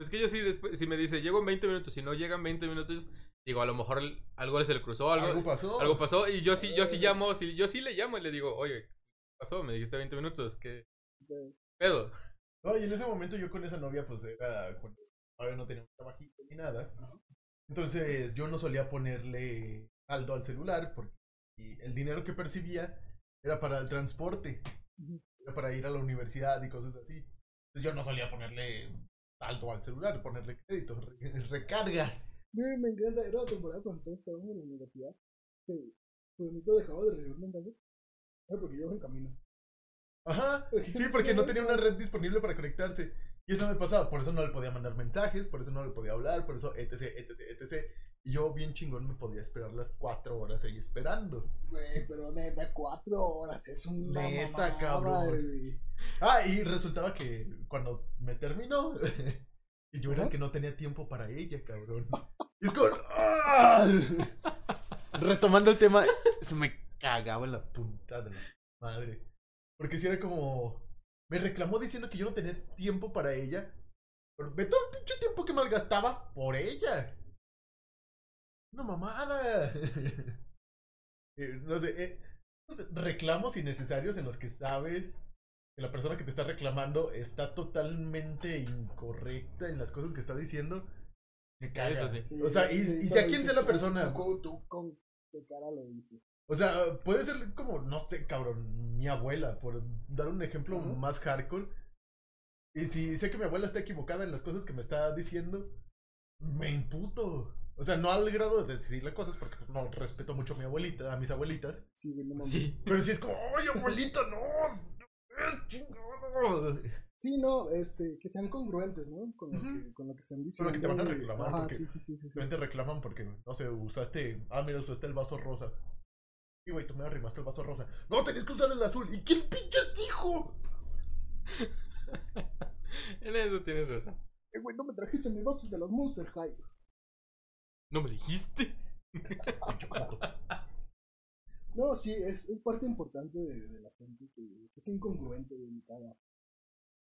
C: Es que yo sí, después, si me dice, llego en 20 minutos, si no llegan 20 minutos, digo, a lo mejor el- algo se le cruzó, algo, algo,
B: pasó?
C: pasó, y yo sí, yo sí
A: Eh.
C: llamo, sí, yo sí le llamo y le digo, oye, ¿qué pasó? Me dijiste 20 minutos, ¿qué
A: de-
C: pedo?
B: No, y en ese momento yo con esa novia, pues era cuando todavía no tenía un trabajito ni nada. Entonces yo no solía ponerle saldo al celular porque y el dinero que percibía era para el transporte,
A: Ujú.
B: era para ir a la universidad y cosas así. Entonces yo no solía ponerle saldo al celular, ponerle crédito, re- recargas.
A: Güey, me encanta. Era la temporada cuando todos estábamos en la universidad. Que Juanito dejaba de recibir mensajes. Ah, porque yo en camino.
B: Ajá, sí, porque no tenía una red disponible para conectarse. Y eso me pasaba, por eso no le podía mandar mensajes, por eso no le podía hablar, por eso etc, etc, etc. Y yo bien chingón me podía esperar las cuatro horas ahí esperando.
A: Güey, pero neta, cuatro horas. Es un.
B: Neta, cabrón. Ah, y resultaba que cuando me terminó, [laughs] y yo era el que no tenía tiempo para ella, [laughs] cabrón. Y es como... ¡ah! [laughs] Retomando el tema, se me cagaba en la punta de la madre. Porque si era como... Me reclamó diciendo que yo no tenía tiempo para ella. Pero ve todo el pinche tiempo que malgastaba por ella. Una mamada. [laughs] Eh, no sé, eh, esos reclamos innecesarios en los que sabes que la persona que te está reclamando está totalmente incorrecta en las cosas que está diciendo. Me caga.
C: Eso sí.
B: O sea, y, y si a quién sea la persona.
A: Tú, "Ah, tú con qué cara lo dices.
B: O sea, puede ser como, no sé, cabrón, mi abuela, por dar un ejemplo
A: Ujú.
B: más hardcore. Y si sé que mi abuela está equivocada en las cosas que me está diciendo, me imputo. O sea, no al grado de decirle cosas, porque pues, no respeto mucho a mi abuelita, a mis abuelitas.
A: Sí, güey, no mames.
C: Sí.
B: Pero si es como, ¡ay, abuelita, no! ¡Es chingado!
A: Sí, no, este, que sean congruentes, ¿no? Con lo,
B: Ujú.
A: que, con lo que están
B: Con
A: diciendo.
B: lo que te van a
A: güey.
B: reclamar,
A: Ajá,
B: porque
A: sí, sí, sí, sí, sí.
B: Simplemente reclaman porque, no sé, usaste. Ah, mira, usaste el vaso rosa. Y güey, tú me arrimaste el vaso rosa. No, tenés que usar el azul. ¿Y quién pinches dijo?
C: en eso tienes razón.
A: Eh, güey, no me trajiste mis vasos de los Monster High.
C: ¿No me dijiste?
B: Pinche puto.
A: No, sí, es, es parte importante de, de la gente que que es incongruente, güey, en cada.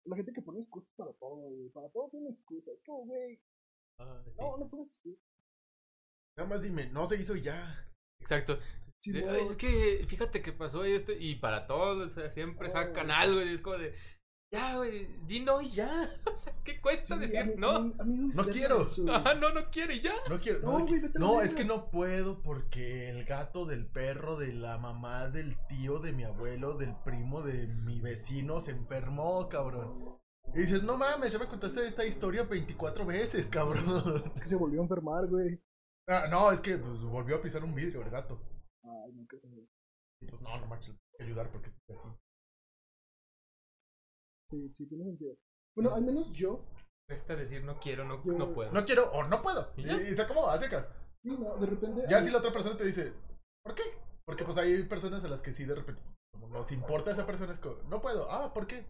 A: La gente que pone excusas para todo, güey. Para todo tiene excusas. Es como, güey,
C: Ah, sí.
A: no, no pones excusas.
B: Nada más dime, no se hizo y ya.
C: Exacto.
A: Sí,
C: De,
A: no,
C: "Ay, es que fíjate que pasó esto y para todos, o sea, siempre
A: Ah,
C: sacan
A: sí.
C: algo y es como de, ya, güey, di no y ya. [laughs] O sea, ¿qué
A: sí,
C: cuesta
A: a
C: decir
A: mí- a
C: no?
A: mí- a mí me
B: No
A: interesa
B: quiero.
A: eso,
B: [laughs]
A: güey.
C: Ajá, no, no quiero y ya.
B: No quiero.
A: No,
B: No,
A: güey, no te
B: no,
A: lo
B: es
A: digo.
B: que no puedo porque el gato del perro, de la mamá, del tío, de mi abuelo, del primo, de mi vecino se enfermó, cabrón. Y dices, no mames, ya me contaste esta historia 24 veces, cabrón. [laughs]
A: Que se volvió a enfermar, güey.
B: Ah, no, es que pues, volvió a pisar un vidrio el gato.
A: Ay, no, qué feo.
B: Y pues no, no manches, le tengo que ayudar porque es así.
A: Sí, sí, tiene sentido. Bueno, al menos yo,
C: Cuesta decir no quiero, no,
A: Yo-
C: no puedo.
B: No quiero o no puedo.
C: ¿Y
B: Y,
C: ya?
B: y se acomoda, secas.
A: sí, no, de repente.
B: Ya
A: a
B: si
A: mí-
B: la otra persona te dice, ¿por qué? Porque pues hay personas a las que sí de repente como nos importa esa persona, es como, no puedo, ah, ¿por qué?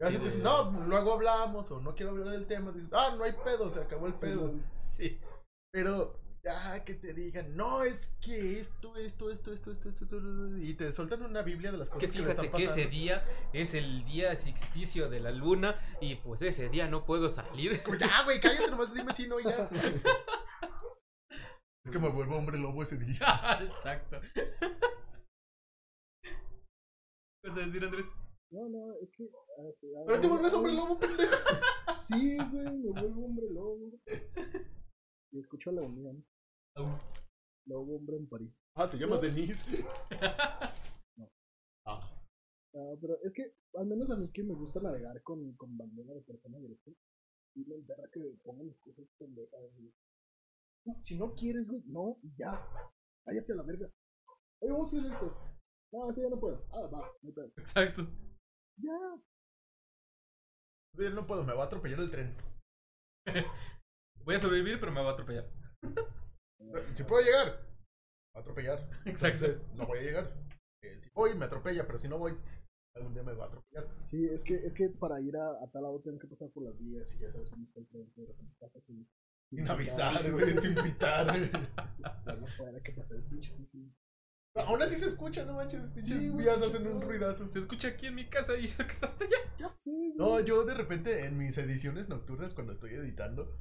B: Ya
C: Sí,
B: si te
C: de-
B: dicen, no, luego hablamos o no quiero hablar del tema, dices, ah, no hay pedo, se acabó el
A: sí,
B: pedo.
A: güey.
C: Sí.
B: Pero, ah, que te digan, no, es que esto, esto, esto, esto, esto, esto, esto, y te soltan una biblia de las cosas
C: Que
B: que, le están
C: fíjate que
B: pasando.
C: ese día es el día sexticio de la luna y pues ese día no puedo salir.
B: Como, ya, güey, cállate, nomás dime si no, y ya. es que me vuelvo hombre lobo ese día.
C: [laughs] Exacto. [laughs] ¿Vas a decir, Andrés?
A: No, no, es que. ah, sí, ah,
B: Ahora te
A: no,
B: vuelves hombre [laughs]
A: ay,
B: lobo, pendejo.
A: Sí, güey, me vuelvo hombre lobo. Y escucho a la unión.
C: Au.
A: Lobo hombre en París.
B: Ah, te llamas Denise. [laughs]
A: No.
B: Ah.
A: Ah, pero es que, al menos a mí que me gusta navegar con, con bandera de persona directa. Y me enterra que pongan las cosas pendejas. güey. No, si no quieres, güey, no, y ya. Cállate a la verga. Oye, vamos a hacer esto. No, eso ya no puedo. Ah, va, no puedo.
C: Exacto.
A: Ya.
B: Yo no puedo, me va a atropellar el tren.
C: Voy a sobrevivir, pero me va a atropellar.
B: Si puedo llegar, va a atropellar.
C: Exacto.
B: Entonces, no voy a llegar. Eh, si voy, me atropella, pero si no voy, algún día me va a atropellar.
A: Sí, es que, es que para ir a, a tal lado tengo que pasar por las vías y ya sabes cómo está el tren, pero cuando pasas sin- sin
B: Sin avisar,
A: sin-
B: güey, sin invitar.
A: Ya no puede que pase el pinche tren, sí.
B: Aún así se escucha, no manches. Pinches
A: Sí, güey,
B: vías
A: pinche
B: hacen un
A: todo.
B: ruidazo.
C: Se escucha aquí en mi casa y que está hasta allá.
A: Ya sé, güey.
B: No, yo de repente en mis ediciones nocturnas, cuando estoy editando,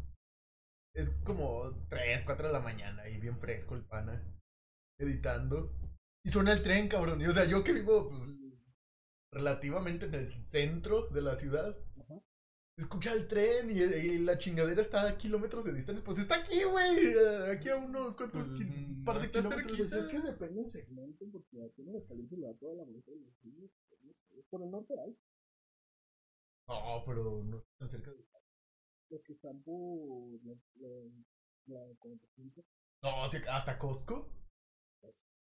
B: es como 3, 4 de la mañana y bien fresco el pana. Editando. Y suena el tren, cabrón. Y o sea, yo que vivo pues, relativamente en el centro de la ciudad.
A: Ajá.
B: se Escucha el tren y, y la chingadera está a kilómetros de distancia. Pues está aquí, güey. eh, Aquí a unos cuantos
C: Pues,
B: ki-
C: mm,
B: par de
C: está
B: kilómetros.
A: Pues
C: cerquita.
A: es que depende del segmento, porque aquí en Aguascalientes le da toda la vuelta de los ríos, pero no sé, Por el norte hay,
B: No, pero no tan cerca. de-
A: los que están por la, la, la como que junto.
B: No, o sea, hasta Costco.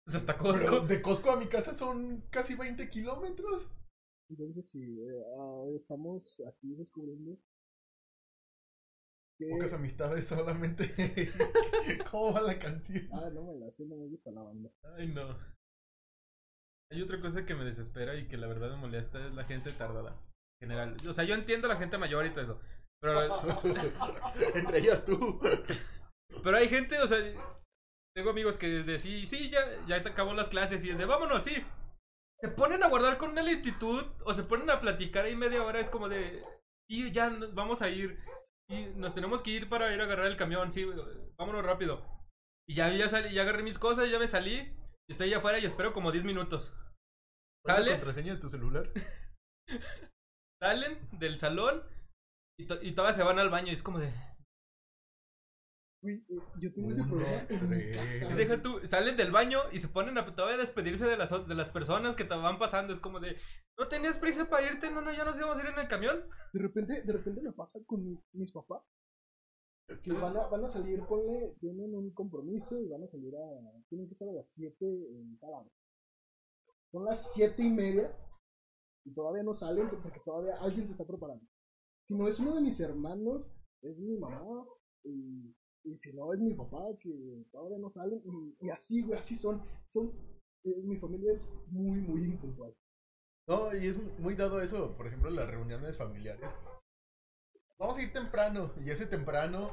C: Es hasta
B: Pero
C: Costco.
B: de Costco a mi casa son casi 20 kilómetros.
A: Entonces, sí, eh, ah, estamos aquí descubriendo que.
B: Pocas amistades solamente. [laughs] ¿Cómo va la
C: [laughs]
B: canción?
A: Ah, no me la sé, no me gusta la banda.
C: Ay, no. Hay otra cosa que me desespera y que la verdad me molesta es la gente tardada. En general. O sea, yo entiendo a la gente mayor y todo eso. Pero,
B: Entre ellas tú.
C: pero hay gente, o sea, tengo amigos que desde sí, sí, ya, ya te acabó las clases y desde vámonos, sí. Se ponen a guardar con una lentitud o se ponen a platicar ahí media hora. Es como de, y ya nos vamos a ir. Y nos tenemos que ir para ir a agarrar el camión, sí, vámonos rápido. Y ya, ya, salí, ya agarré mis cosas, ya me salí. Estoy allá afuera y espero como 10 minutos.
B: ¿Cuál es
C: ¿Sale?
B: la contraseña de tu celular?
C: salen del salón y, to- y todas se van al baño. Y es como de.
A: Güey, eh, yo tengo ese
B: Uno,
A: problema en mi
B: tres.
A: casa.
C: Deja tú, salen del baño y se ponen a todavía a despedirse de las, o- de las personas que te van pasando. Es como de. ¿No tenías prisa para irte? No, no, ya nos íbamos a ir en el camión.
A: De repente, de repente me pasa con mi- mis papás. Que van a, van a salir, ponle, tienen un compromiso y van a salir a. Tienen que estar a las 7 en tal hora. Son las 7 y media y todavía no salen porque todavía alguien se está preparando. Si no es uno de mis hermanos, es mi mamá y, y si no es mi papá que todavía no salen y, y así, güey, así son. Son eh, mi familia es muy, muy impuntual.
B: No, y es muy dado a eso, por ejemplo, en las reuniones familiares. Vamos a ir temprano, y ese temprano,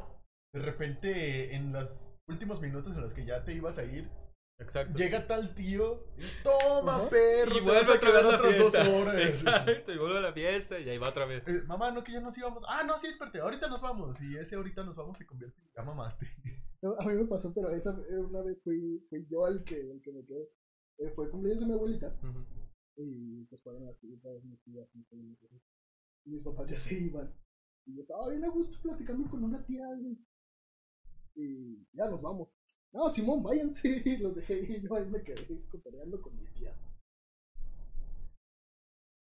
B: de repente, en los últimos minutos en los que ya te ibas a ir,
C: Exacto.
B: llega tal tío, y toma,
A: Ajá.
B: perro,
C: y
B: te vas
C: vuelve
B: a
C: a quedar
B: quedar
C: la
B: otras dos
C: fiesta.
B: horas.
C: [laughs] Exacto, y vuelve a la fiesta y ahí va otra vez.
B: Eh, mamá, no, que ya nos íbamos. Ah, no, sí, espérate, ahorita nos vamos. Y ese ahorita nos vamos se convierte en ya
C: [laughs]
B: mamaste.
A: No, a mí me pasó, pero esa eh, una vez fui, fui yo el que, el que me quedé. Eh, fue el cumpleaños de mi abuelita
C: Ujú.
A: y pues fueron las tías, mis tías, mis primos, así. Y mis papás ya [laughs] se iban. Y yo estaba bien a gusto platicando con una tía, güey. Y ya nos vamos. No, Simón, váyanse. [laughs] Y los dejé y yo ahí me quedé cotorreando con mis tías.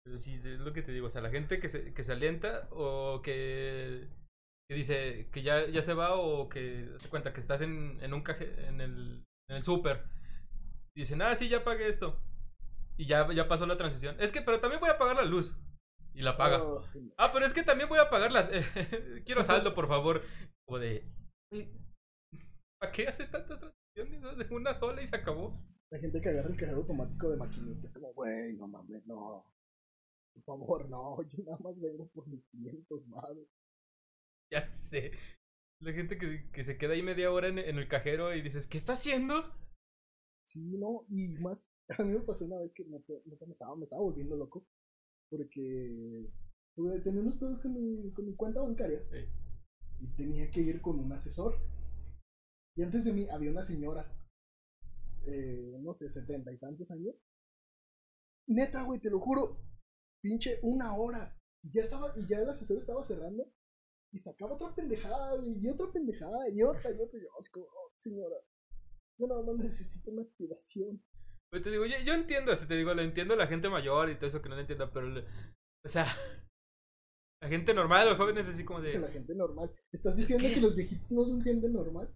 C: Pero sí, es lo que te digo, o sea, la gente que se, que se alienta o que, que dice que ya, ya se va o que te cuenta que estás en, en un caje, en el, en el súper. y Dicen, ah, sí, ya pagué esto. Y ya, ya pasó la transición. Es que, pero también voy a pagar la luz. Y la paga.
A: Ay, no.
C: Ah, pero es que también voy a pagar la... [laughs] Quiero saldo, por favor. O de... ¿Para qué haces tantas transacciones? no? De una sola y se acabó.
A: La gente que agarra el cajero automático de maquinita es como, güey, no mames, no. Por favor, no, yo nada más vengo por mis clientes, madre.
C: [laughs] Ya sé. La gente que, que se queda ahí media hora en, en el cajero y dices, ¿qué está haciendo?
A: Sí, no, y más, [laughs] a mí me pasó una vez que me, me, estaba, me estaba volviendo loco porque tuve- tenía unos pedos con mi, con mi cuenta bancaria
C: Ey.
A: y tenía que ir con un asesor. Y antes de mí había una señora, eh, no sé, setenta y tantos años. Neta, güey, te lo juro, pinche una hora. Y ya estaba, y ya el asesor estaba cerrando y sacaba otra pendejada, güey, y otra pendejada, y otra, y otra, y yo, así como, "Oh, señora. Yo nada más necesito una activación.
C: Pues te digo, yo, yo entiendo eso, te digo, lo entiendo a la gente mayor y todo eso que no lo entienda, pero... le- o sea, [laughs] la gente normal, los jóvenes así como
A: Que
C: de...
A: la gente normal. ¿Estás diciendo que...
C: que
A: los viejitos no son gente normal?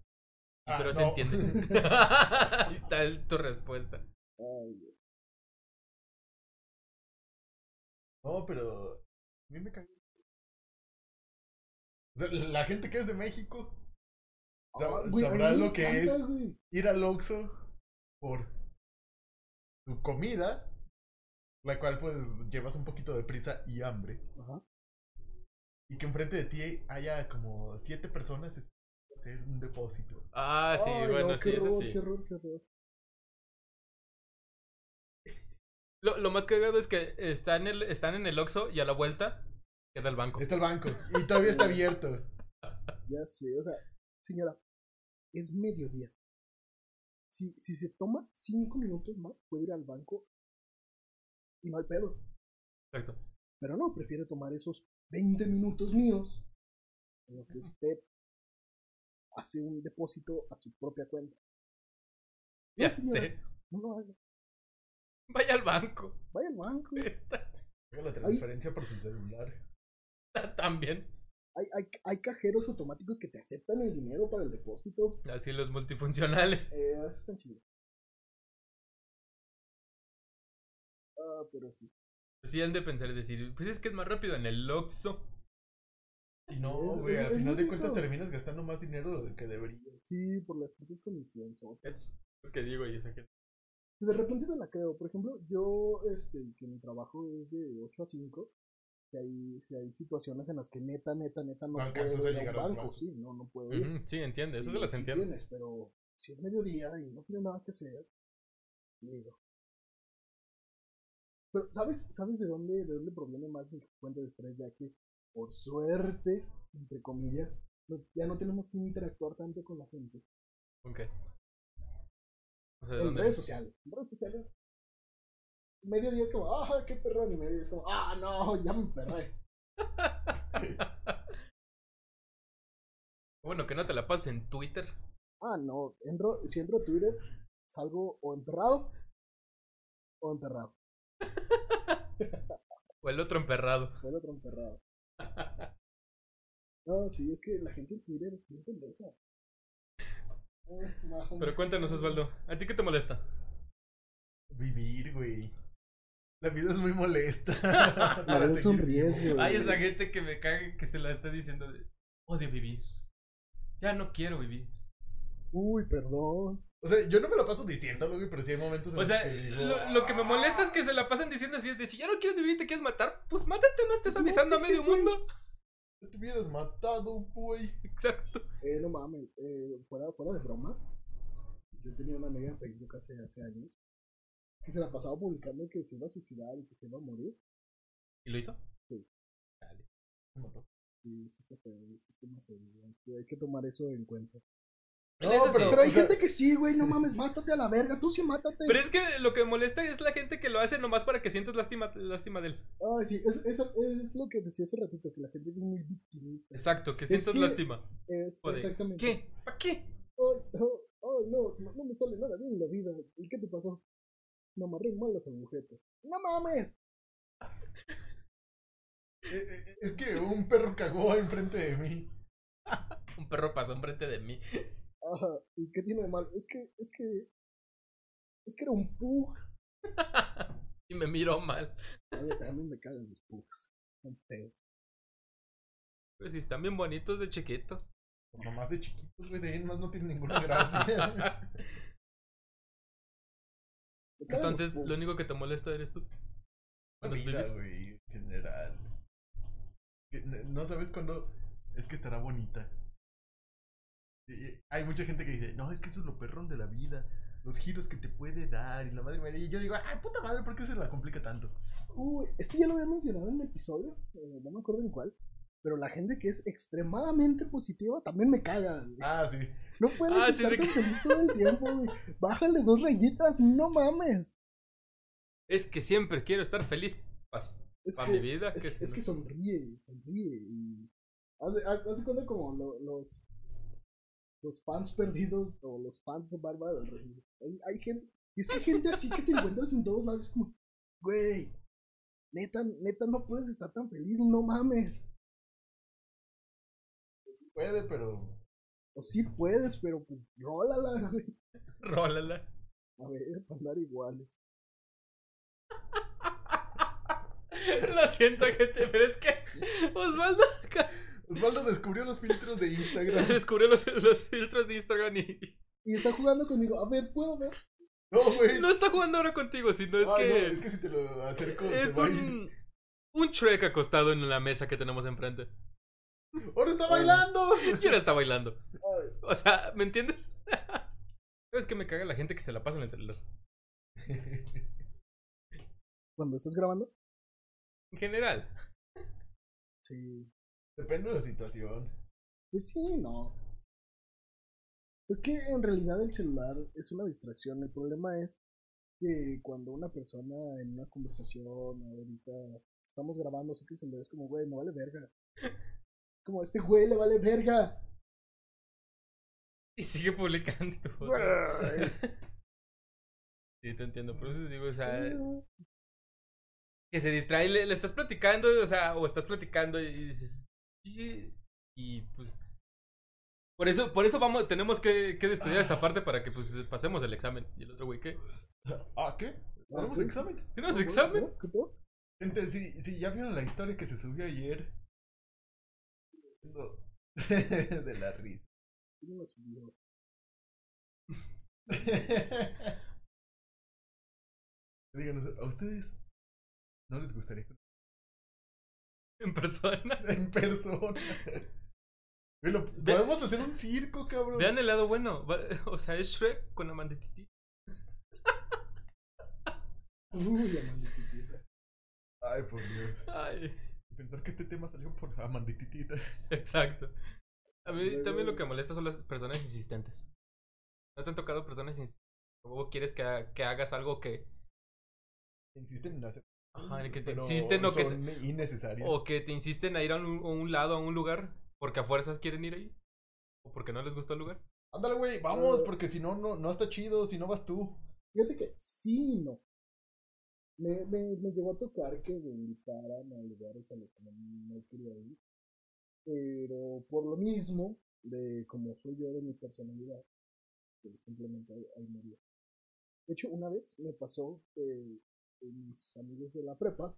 B: Ah,
C: pero se
B: no.
C: entiende.
A: [laughs]
C: Ahí está el- tu respuesta.
A: Ay, Dios.
B: [laughs] No, pero. A mí me cae. O sea, la gente que es de México, Sab-
A: Ay, güey, a mí
B: sabrás
A: me
B: lo que
A: encanta,
B: es.
A: güey.
B: ir al Oxxo por tu comida, la cual pues llevas un poquito de prisa y hambre,
A: Ajá.
B: y que enfrente de ti haya como siete personas esperando hacer un depósito.
C: Ah, sí,
A: Ay, no,
C: bueno,
A: qué
C: sí, eso
A: horror,
C: sí.
A: Qué horror, qué horror.
C: Lo, lo más cagado es que están en el, están en el Oxxo y a la vuelta queda el banco.
B: Está el banco y todavía
C: [laughs]
B: está abierto.
A: Ya sé, o sea, señora, es mediodía. Si, si se toma cinco minutos más, puede ir al banco y no hay pedo.
C: Exacto.
A: Pero no, prefiere tomar esos 20 minutos míos en lo que usted hace un depósito a su propia cuenta. No,
C: Ya
A: señora,
C: sé.
A: No lo haga.
C: Vaya al banco. [laughs]
A: Vaya al banco.
C: Eh, Está,
B: Haga la transferencia por su celular.
C: está tan bien.
A: Hay, hay, hay cajeros automáticos que te aceptan el dinero para el depósito.
C: Así los multifuncionales.
A: Eh, eso está chido. Ah, pero sí.
C: Pues sí han de pensar y decir, pues es que es más rápido en el Oxxo.
B: Y no,
A: Es-
B: güey,
A: es-
B: al
A: es
B: final
A: muy
B: de cuentas
A: rico.
B: terminas gastando más dinero del que debería.
A: Sí, por las propias condiciones. ¿no?
C: Es lo que digo y esa gente.
A: De repente no la creo. Por ejemplo, yo, este, que mi trabajo es de 8 a 5, si hay, si hay situaciones en las que neta, neta, neta no
B: No alcanzas
A: puedo
B: a
A: ir a
B: llegar
A: un
B: al
A: banco.
B: banco.
A: Sí, no, no puedo ir.
C: Ujú, sí, entiende, eso
A: Y
C: se las
A: sí
C: entiende.
A: tienes, pero si es mediodía y no tiene nada que hacer, digo. Pero, ¿sabes, ¿sabes de dónde, de dónde proviene más mi fuente de estrés? Ya que, por suerte, entre comillas, no- ya no tenemos que interactuar tanto con la gente.
C: Ok. O sea, ¿de
A: En
C: dónde?
A: redes sociales. En redes sociales. Mediodía es como, ah, qué perrón. Y mediodía es como, ah, no, ya me perré.
C: Bueno, que no te la pases en Twitter.
A: Ah, no, entro, si entro a Twitter, salgo o emperrado o emperrado.
C: O el otro emperrado.
A: Fue el otro emperrado. No, sí, es que la gente en Twitter es bien pendeja. Eh, no.
C: Pero cuéntanos, Osvaldo, ¿a ti qué te molesta?
B: Vivir, güey. La vida es muy molesta. Para
A: vida es un
B: seguir
A: riesgo,
B: vivo.
A: güey.
C: Hay esa gente que me caga que se la está diciendo de, odio vivir. Ya no quiero vivir.
A: Uy, perdón.
B: O sea, yo no me lo paso diciéndolo, güey, pero sí hay momentos en
C: O
B: los
C: sea,
B: que digo,
C: lo, lo que me molesta es que se la pasan diciendo así: es de si ya no quieres vivir y te quieres matar, pues mátate, no estés
A: No,
C: avisando a
A: pues sí,
C: medio
A: güey.
C: mundo.
B: "Ya "Ah, te hubieras matado, güey.
C: Exacto.
A: Eh, no mames, eh, fuera, fuera de broma, yo tenía una amiga en Facebook hace, hace años que se la pasaba publicando que se iba a suicidar y que se iba a morir.
C: ¿Y lo hizo?
B: Me mató.
A: Y sí está feo, sí está más serio, Hay que tomar eso en cuenta.
C: En
B: No,
C: eso sí.
B: pero-
A: Pero hay
B: o sea-
A: gente que sí, güey, no mames, mátate a la verga, tú sí mátate.
C: Pero es que lo que me molesta es la gente que lo hace nomás para que sientas lástima, lástima de él.
A: Ay, sí, es, es, es lo que decía hace ratito, que la gente es muy victimista.
C: Exacto, que
A: Es
C: sientas
A: que-
C: lástima.
A: Es,
C: Joder.
A: exactamente.
C: ¿Qué? ¿Para qué?
A: Oh, oh, oh, no, no, no me sale nada bien en la vida. ¿Y qué te pasó? Me amarré mal las agujetas. ¡No mames!
B: Eh, eh, Es
C: [laughs]
B: que un perro cagó enfrente de mí.
C: Un perro pasó enfrente de mí.
A: Ajá, ¿y qué tiene de mal? Es que, es que. Es que era un pug.
C: Y me miró mal.
A: A mí, a mí me cagan los pugs. Son feos.
C: Pero si están bien bonitos de chiquito.
B: Nomás de chiquitos, güey, de ahí en más no tiene ninguna
C: [laughs]
B: gracia.
A: Me cagan los
C: Entonces,
A: pugs.
C: lo único que te molesta eres tú.
B: La
C: Bueno,
B: vida,
C: vivir.
B: güey, en general. Que n- No sabes cuándo es que estará bonita. Y- y Hay mucha gente que dice, no, es que eso es lo perrón de la vida, los giros que te puede dar y la madre mía. Y yo digo, ay, puta madre, ¿por qué se la complica tanto?
A: Uy, es que ya lo había mencionado en un episodio, eh, no me acuerdo en cuál. Pero la gente que es extremadamente positiva también me caga. güey.
B: Ah, sí.
A: No puedes
C: Ah, sí,
A: estar
C: de
A: tan
C: que-
A: feliz todo el tiempo, güey. Bájale dos rayitas, no mames.
C: Es que siempre quiero estar feliz
A: Es
C: para
A: que-
C: mi vida.
A: Es,
C: que
A: es que sonríe, sonríe. Y hace, ha- hace cuenta como lo- los los fans perdidos o los fans de Bárbara del Rey. Hay, hay gente, y es que hay gente así que te encuentras en todos lados, es como, güey, neta, neta, no puedes estar tan feliz, no mames.
B: Puede, pero.
A: O sí puedes, pero pues rólala, [laughs] güey.
C: [laughs] Rólala.
A: A ver, para andar iguales.
C: Lo siento, gente, pero es que Osvaldo [laughs]
B: Osvaldo descubrió los filtros de Instagram.
C: descubrió los, los filtros de Instagram y
A: Y está jugando conmigo, a ver, ¿puedo ver?
B: No, güey.
C: no está jugando ahora contigo, sino es
B: Ah, no,
C: que
B: es que si te lo acerco,
C: es
B: se va a ir.
C: un, un Shrek acostado en la mesa que tenemos enfrente.
B: ¡Ahora está
C: [laughs]
B: bailando!
C: Y ahora está bailando.
A: Ay,
C: O sea, ¿me entiendes? [laughs] ¿Sabes que me caga la gente que se la pasa en el celular?
A: ¿Cuando estás grabando?
C: En general.
A: Sí.
B: Depende de la situación.
A: Pues sí, no. Es que en realidad el celular es una distracción. El problema es que cuando una persona en una conversación, ahorita estamos grabando, sé que el celular es como, güey, me vale verga. Como este güey le vale verga.
C: Y sigue publicando tu foto.
A: Güey.
C: Sí, te entiendo. Por eso digo, o sea,
A: Mm. Ah,
C: que se distrae, le, le estás platicando, o sea, o estás platicando y dices, "Sí", y pues... Por eso, por eso vamos, tenemos que, que estudiar
A: Ah.
C: esta parte para que pues pasemos el examen. Y el otro güey, ¿qué?
B: [laughs] ¿Ah, qué? ¿Tenemos
A: Ah, sí.
B: examen?
C: ¿Tenemos examen?
A: ¿Qué pedo?
B: Gente, si, si ya vieron la historia que se subió ayer. [laughs] No. De la risa. [laughs]
A: ¿Quién lo subió?
B: Díganos, ¿a ustedes no les gustaría que-
C: En persona.
B: en persona? [laughs] Bueno,
C: Ve-
B: podemos hacer un circo, cabrón.
C: Vean el lado bueno. va- [laughs] O sea, es Shrek con Amandititi.
A: Uy, Amanda chiquita.
B: Ay, por Dios.
C: Ay,
B: Pensar que este tema salió por Amandititita.
C: exacto. A mí
A: Luego-
C: también lo que molesta son las personas insistentes. ¿No te han tocado personas insistentes? ¿O quieres que, ha- que hagas algo que...
B: Insisten en hacer.
C: Ajá, en el que te
B: pero
C: insisten o que te-
B: son innecesarias.
C: O que te insisten a ir a un, a un lado, a un lugar, porque a fuerzas quieren ir ahí. O porque no les gusta el lugar.
B: Ándale, güey, vamos,
A: Eh.
B: porque si no, no, no está chido, si no vas tú.
A: Fíjate que sí y no. Me, me, me llegó a tocar que me invitaran a lugares a los que no, no quería ir. Pero por lo mismo, de como soy yo de mi personalidad, que simplemente ahí, ahí murió. De hecho, una vez me pasó que que mis amigos de la prepa,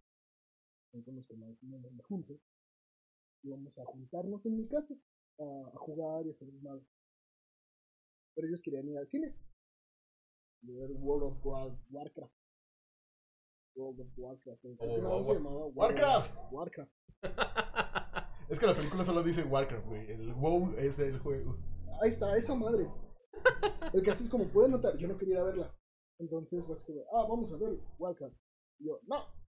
A: son con los que más me, me junto, íbamos a juntarnos en mi casa a, a jugar y a hacer desmadre. Pero ellos querían ir al cine. Y ver World of War- Warcraft. World of Warcraft. en cualquier
B: Oh,
A: lado se
B: War-
A: llamaba World of
B: Warcraft.
A: Warcraft.
B: Es que la película solo dice Warcraft, güey. El WoW es el juego.
A: Ahí está, esa madre. El caso es como pueden notar, yo no quería ir a verla. Entonces fue así como, ah, vamos a ver Warcraft. Y yo, no.
C: Oye,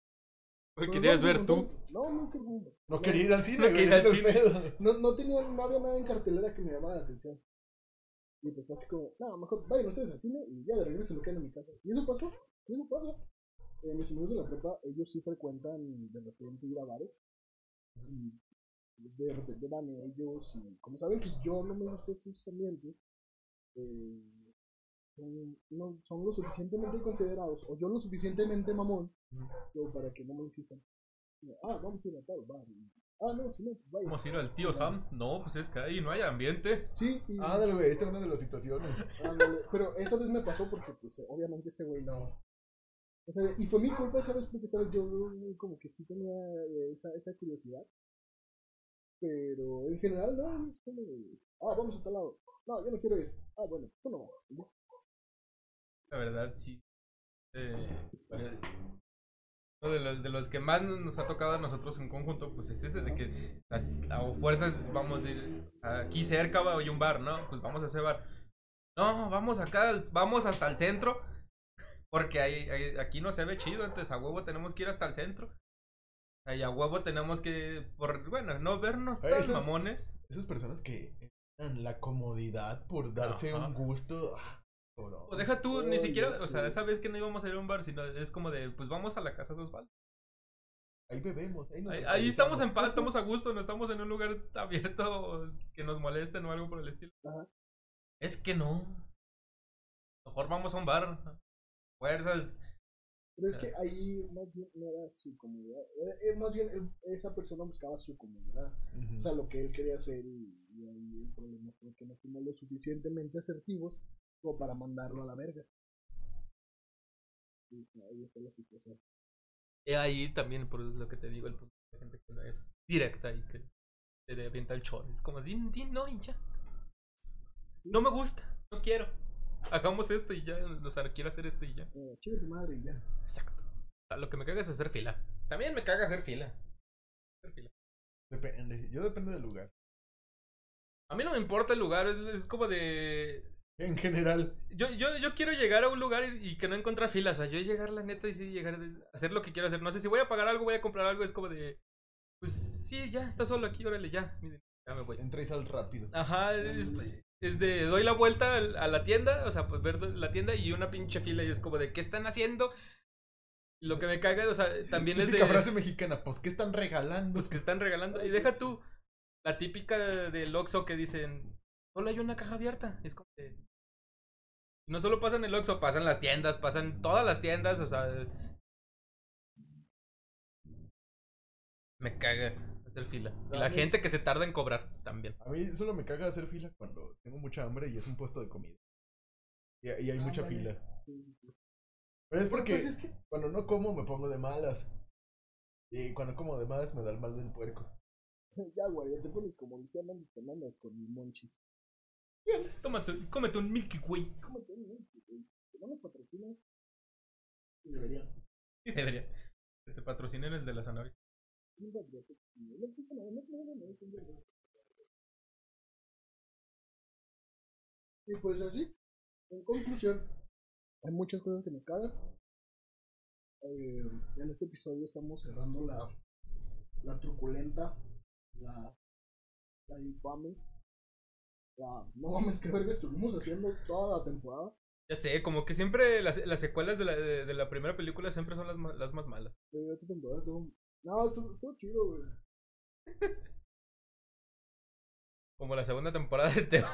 A: Pero
C: ¿Querías
A: no,
C: ver
A: no,
C: tú?
A: No, no, no,
B: No quería ir al cine,
C: No
B: güey.
C: quería ir al
B: ese es el pedo.
A: no, no tenía, no había nada en cartelera que me llamara la atención. Y pues fue así como, no, mejor vayan ustedes al cine y ya de regreso lo quedan en mi casa. Y eso pasó, y eso pasa. Eh, mis amigos de la prepa, ellos sí frecuentan de repente ir a bares. Y de repente van ellos y como saben que yo no me gusta esos ambientes, eh, son- no, son lo suficientemente considerados, o yo lo suficientemente mamón,
B: Ujú.
A: como para que no me insistan. Ah, vamos a ir a tal bar. y, Ah, no, si no, vaya.
C: ¿Cómo si era el tío Sam? No, pues es que ahí no hay ambiente.
A: Sí, y-
B: Ándale, güey. Esta es una de las situaciones.
A: ándale. pero esa vez me pasó porque, pues, obviamente este güey no. o sea, y fue mi culpa esa vez porque, ¿sabes? Yo mm, como que sí tenía eh, esa, esa curiosidad. Pero en general, no, es como, ah, vamos a tal lado. No, yo no quiero ir. Ah, bueno, tú no. Y ya.
C: La verdad, sí. Eh, vale. Uno de los, de los que más nos ha tocado a nosotros en conjunto, pues es ese de que las- a fuerzas vamos de ir aquí cerca va- hay un bar, ¿no? Pues vamos a ese bar. No, vamos acá, al- vamos hasta el centro. Porque ahí- ahí- aquí no se ve chido, entonces a huevo tenemos que ir hasta el centro. Y a huevo tenemos que, por, bueno, no vernos
B: Eh,
C: tan
B: eso es-
C: mamones.
B: Esas personas que dan la comodidad por darse
C: Ajá.
B: un gusto. ah, cabrón.
C: O deja tú, ni
A: Oye,
C: siquiera, o
A: sí.
C: sea, esa vez que no íbamos a ir a un bar, sino es como de, pues vamos a la casa de Osvaldo.
B: Ahí bebemos. Ahí, nos
C: Ahí, ahí estamos en
B: alcoholizamos.
C: paz, estamos a gusto, no estamos en un lugar abierto que nos molesten o algo por el estilo.
A: Ajá.
C: Es que no. Mejor vamos a un bar. Fuerzas.
A: Pero es que ahí más bien no era su comunidad. Era- eh, más bien él- esa persona buscaba su comunidad.
B: Ujú.
A: O sea, lo que él quería hacer y, y ahí el problema fue que no fuimos lo suficientemente asertivos como para mandarlo a la verga. Y ahí está la situación.
C: Y ahí también, por lo que te digo, el punto de gente que no es directa y que te avienta el chorro. Es como, din, din, no, y ya. No me gusta, no quiero. Hagamos esto y ya, o sea, quiero hacer esto y ya.
A: Eh, chinga tu madre y ya.
C: Exacto. O sea, Lo que me caga es hacer fila. También me caga hacer fila. Hacer fila.
B: Depende. Yo depende del lugar.
C: A mí no me importa el lugar, es, es como de...
B: En general.
C: Yo, yo, yo quiero llegar a un lugar y, y que no encontrar filas. O sea, yo llegar, la neta, y sí llegar a hacer lo que quiero hacer. No sé si voy a pagar algo, voy a comprar algo. Es como de... Pues sí, ya, está solo aquí, órale, ya. Miren, ya me voy.
B: Entréis al rápido.
C: Ajá, es, es de... Doy la vuelta al- a la tienda, o sea, pues ver la tienda y una pinche fila y es como de... ¿Qué están haciendo? Lo que me caga, o sea, también es de...
B: Típica frase mexicana, pues ¿qué están regalando? Pues,
C: Los que están regalando. Y deja tú la típica del Oxxo que dicen, solo hay una caja abierta. Es como que... No solo pasan el Oxxo, pasan las tiendas, pasan todas las tiendas, o sea... Me caga hacer fila. Y la
B: Dale.
C: gente que se tarda en cobrar también.
B: A mí solo me caga hacer fila cuando tengo mucha hambre y es un puesto de comida. Y, y hay
A: Ah,
B: mucha
A: vale.
B: fila.
A: Sí, sí.
B: Pero es porque
A: Pues es que
B: cuando no como me pongo de malas. Y cuando como de malas me da el mal del puerco.
A: ya, güey, ya te pones como Lucía Hernández Fernández con mi monchis.
C: Tómate, cómete un Milky Way.
A: ¿Cómo te digo? Que no me patrocinan. Sí, Debería.
C: Sí, [laughs] Debería. Que te patrocinen el de la zanahoria.
A: Nunca habría hecho- no, no, no, no, no, no, no, no, no. Y pues así, en conclusión, hay muchas cosas que me cagan. Eh, en este episodio estamos cerrando la, la truculenta, la, la infame, la no mames que verga estuvimos haciendo toda la temporada.
C: Ya sé, como que siempre las, las secuelas de la, de, de la primera película siempre son las, ma- las más malas.
A: Eh, esta temporada estuvo- No, estuvo, estuvo chido, güey.
C: Como la segunda temporada de Teo.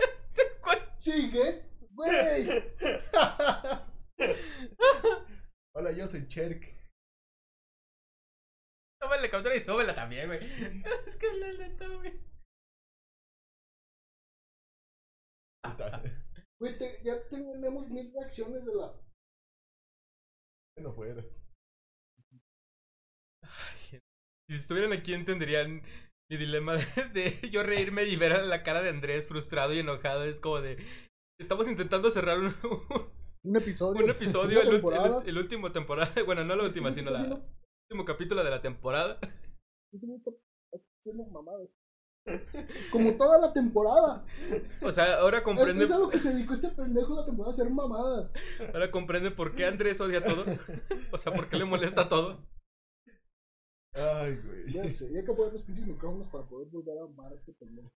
C: este güey.
A: ¿Sigues? ¡Güey!
B: [laughs] Hola, yo soy Cherk.
C: Tómale captura y súbela también, güey. [laughs] Es que la neta, güey.
B: ¿Qué
A: [laughs]
B: tal?
A: Güey, te- ya tenemos mil reacciones de la.
B: Bueno, fuera.
C: Si estuvieran aquí entenderían mi dilema de, de yo reírme y ver a la cara de Andrés frustrado y enojado es como de. Estamos intentando cerrar un, un-
A: Un episodio.
C: un
A: [laughs] una
C: episodio, el, ul- el,
A: temporada.
C: ul- el último temporada. [laughs] Bueno, no la
A: Este
C: última,
A: güey se
C: sino
A: está
C: la- el
A: haciendo-
C: último capítulo de la temporada.
A: este güey está haciendo mamadas. Como toda la temporada.
C: O sea, ahora
A: Es,
C: comprende,
A: es a lo que se dedicó este pendejo la temporada a hacer mamadas.
C: ahora comprende por qué Andrés odia todo. O sea, por qué le molesta todo.
B: Ay, güey.
A: Ya sé, ya hay que poner los pinches micrófonos para poder volver a amar a este pendejo.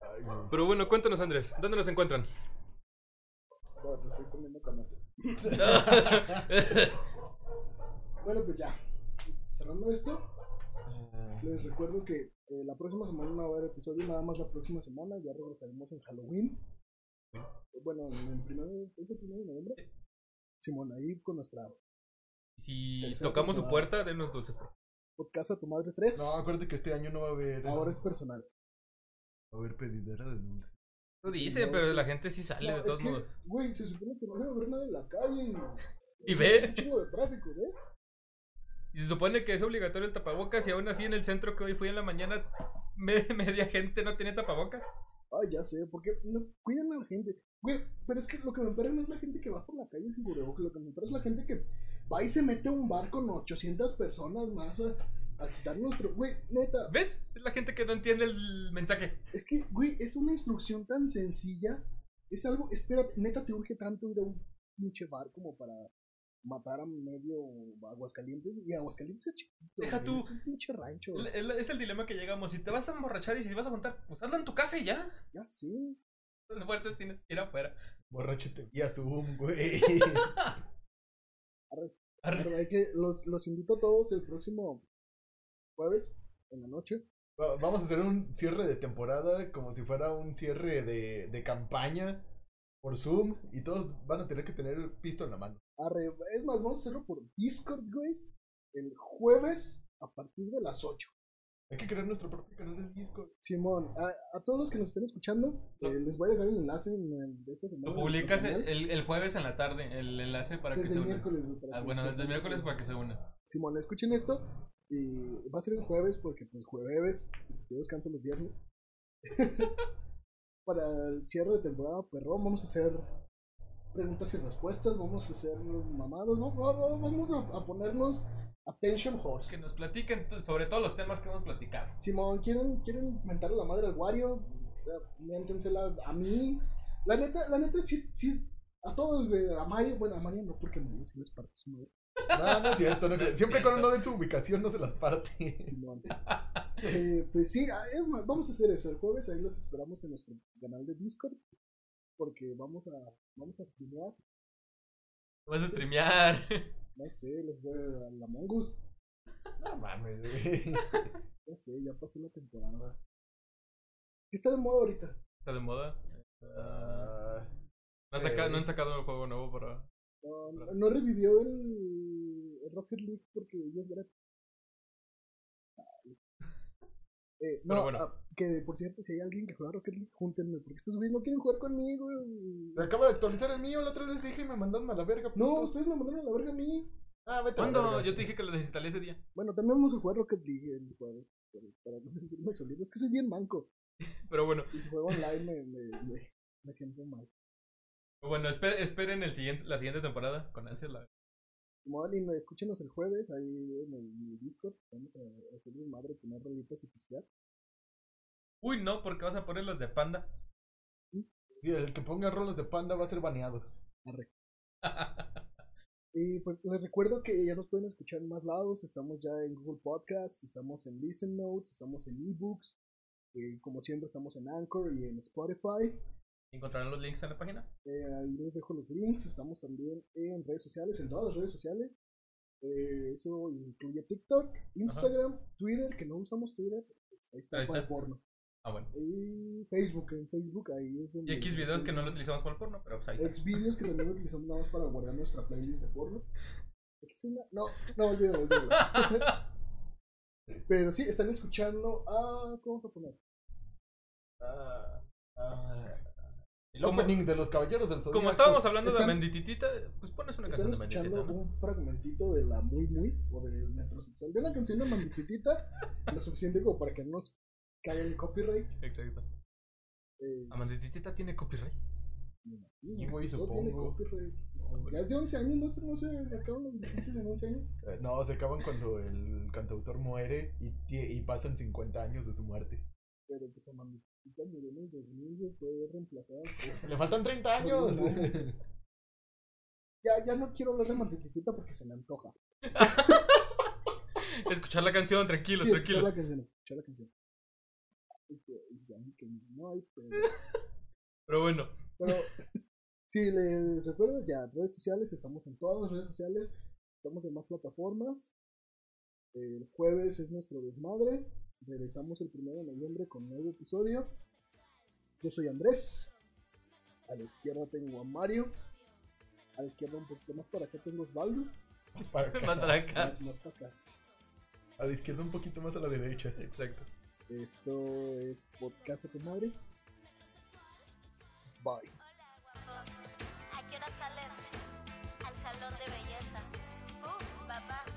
B: Ay, güey.
C: Pero bueno, cuéntanos, Andrés, ¿dónde nos [laughs] encuentran?
A: Bueno, te estoy comiendo camote. Bueno, pues ya. Cerrando esto, les recuerdo que eh, la próxima semana no va a haber episodio, nada más la próxima semana. Ya regresaremos en Halloween. Eh, Bueno, en el primero, ¿es el primero de noviembre? Simón, ahí con nuestra
C: Si
A: Tercera
C: tocamos su
A: temporada.
C: puerta, denos dulces. por favor.
A: podcast a tu madre 3.
B: [laughs] No, acuérdate que este año no va a haber.
A: Ahora es personal.
B: Va a haber pedidera de dulce.
C: Lo
A: Sí,
C: dice,
A: no,
C: pero
A: güey.
C: la gente sí sale
A: No,
C: de
A: es
C: todos
A: que,
C: modos.
A: Güey, se supone que no voy a ver nada en la calle.
C: [laughs] Y ve.
A: Un chingo de tráfico, ¿eh?
C: Y se supone que es obligatorio el tapabocas y aún así en el centro que hoy fui en la mañana me- [laughs] media gente no tiene tapabocas.
A: Ay, ya sé, porque no, cuidan a la gente. Güey, pero es que lo que me emperra no es la gente que va por la calle sin cubrebocas, lo que me emperra es la gente que va y se mete a un bar con 800 personas más a, a quitar nuestro... Güey, neta,
C: ¿Ves? Es la gente que no entiende el mensaje.
A: es que, güey, es una instrucción tan sencilla. Es algo, espera, neta, te urge tanto ir a un pinche bar como para matar a medio Aguascalientes. Y Aguascalientes es chiquito.
C: Deja
A: güey,
C: tú.
A: Es un pinche rancho.
C: El- el- Es el dilema que llegamos. Si te vas a emborrachar y si vas a contar, pues hazlo en tu casa y ya.
A: Ya sí.
C: Las puertas tienes que ir afuera.
B: Borracho te guía Zoom,
A: [laughs]
B: güey.
C: Arre.
A: Pero hay que, los, los invito a todos el próximo jueves en la noche.
B: Va- Vamos a hacer un cierre de temporada como si fuera un cierre de, de campaña por Zoom y todos van a tener que tener el pisto en la mano.
A: Arre, es más, vamos a hacerlo por Discord, güey. El jueves a partir de las 8.
B: Hay que crear nuestro propio canal de Discord.
A: Simón, a, a todos los que nos estén escuchando,
C: No.
A: eh, les voy a dejar el enlace en el- de esta semana.
C: Lo
A: en nuestro
C: publicas
A: canal.
C: el, el jueves en la tarde, el enlace para que
A: desde
C: se
A: el
C: una.
A: miércoles. güey, para
C: Ah,
A: que
C: bueno,
A: se-
C: desde el miércoles para que se una.
A: Simón, escuchen esto. Y va a ser el jueves porque, pues, jueves. Yo descanso los viernes. [laughs] Para el cierre de temporada, perrón, vamos a hacer preguntas y respuestas. Vamos a hacer mamados. ¿no? Va- va- Vamos a, a ponernos Attention
C: Que
A: Horse.
C: nos platiquen t- sobre todos los temas que hemos platicado.
A: Simón, ¿quieren, quieren mentarle la madre al Wario? Ya, Miéntensela a mí. La neta, la neta, sí, sí. A todos, güey. A Mario, bueno, a Mario no, porque Mario sí les parte su madre.
B: No, no es cierto. no
C: [laughs] No es
B: creo. Siempre
C: cierto.
B: cuando no den su ubicación no se las parte.
A: Simón. Eh, pues sí, ah, es más, vamos a hacer eso el jueves, ahí los esperamos en nuestro canal de Discord, porque vamos a, vamos a streamear,
C: Vas a streamear.
A: no sé, les voy a la Mongus,
B: No mames, güey.
A: ya sé, ya pasó la temporada. ¿Qué está de moda ahorita?
C: Está de moda.
B: [laughs] Ah,
C: No, han saca- no han sacado un juego nuevo para.
A: No, no- no revivió el, el Rocket League porque ya es gratis. Ay. Eh, no,
C: Pero bueno.
A: ah, que por cierto, si hay alguien que juega Rocket League, júntenme, porque estos güeyes no quieren jugar conmigo. y-
B: se acaba de actualizar el mío, la otra vez dije y me mandaron a la verga.
A: No,
B: putos.
A: ustedes me mandaron a la verga a mí.
B: Ah, vete a la
C: ¿Cuándo?
B: verga.
C: Yo te dije que lo desinstalé ese día.
A: Bueno, también vamos a jugar Rocket League el jueves para, para no sentirme solito. Es que soy bien manco.
C: Pero bueno,
A: Y si juego online me, me, me, me siento mal.
C: bueno, espe- esperen el siguiente, la siguiente temporada con ansia. la-
A: Igual, y no- escúchenos el jueves ahí en el, en el Discord. Vamos a a hacer mi madre, poner rolitas y pistear.
C: Uy, no, porque vas a poner los de panda.
B: Y el que ponga rolos de panda va a ser baneado.
A: Y pues les recuerdo que ya nos pueden escuchar en más lados. Estamos ya en Google Podcasts, estamos en Listen Notes, estamos en eBooks. eh, como siempre, estamos en Anchor y en Spotify.
C: Encontrarán los links en la página.
A: Eh, ahí les dejo los links. Estamos también en redes sociales, en todas las redes sociales. Eh, eso incluye TikTok, Instagram, Twitter, que no usamos Twitter. Ahí está,
C: Ahí
A: para
C: está.
A: porno.
C: Ah, bueno.
A: Y Facebook, en Facebook ahí es donde.
C: Y X videos que no lo utilizamos por porno, pero pues ahí está.
A: X videos que también utilizamos nada más para guardar nuestra playlist de porno. X una- No, no, olvídalo, olvídalo.
C: [laughs]
A: Pero sí, están ah, escuchando a. ¿Cómo se pone?
B: Ah, ah,
C: Y
B: El
C: Como-
B: opening de los Caballeros del Zodíaco.
C: Como estábamos hablando
A: Están-
C: de la mendititita, pues pones una canción
A: Están
C: de menditita,
A: escuchando
C: ¿no?
A: un fragmentito de la muy muy o del metrosexual. De una canción de
C: [laughs]
A: Mandititita, lo suficiente como para que no nos caiga el copyright.
C: Exacto.
A: Eh,
C: ¿La mendititita
A: [laughs]
C: tiene copyright?
A: sí,
B: Y, güey,
A: no
B: supongo.
A: tiene copyright. No, ya es de 11 años, no sé, no sé, le acaban las licencias en 11 años.
B: Eh, No, se acaban cuando el cantautor muere y, tie- y pasan 50 años de su muerte.
A: Pero pues a Mandititita murió en el 2000 fue reemplazada. por-
B: ¡Le faltan 30 años!
A: Ya, ya no quiero hablar de Mandititita porque se me antoja.
C: Escuchar la canción, tranquilos,
A: Sí, escuchar
C: tranquilos.
A: la canción, escuchar la canción. Y que- y ya ni que- No hay pedo.
C: Pero bueno,
A: [laughs]
C: [laughs]
A: Pero si les recuerdo ya, redes sociales, estamos en todas las redes sociales, estamos en más plataformas. El jueves es nuestro desmadre. Regresamos el 1 de noviembre con nuevo episodio. Yo soy Andrés. A la izquierda tengo a Mario. A la izquierda un poquito más para acá tengo a Osvaldo.
B: Pues Para acá.
C: matraca.
A: Más, más para acá.
B: A la izquierda un poquito más a la derecha.
C: Exacto.
A: Esto es Podcast a tu madre. Bye.
E: ¿A qué hora sales? Al salón de belleza. Uh, papá.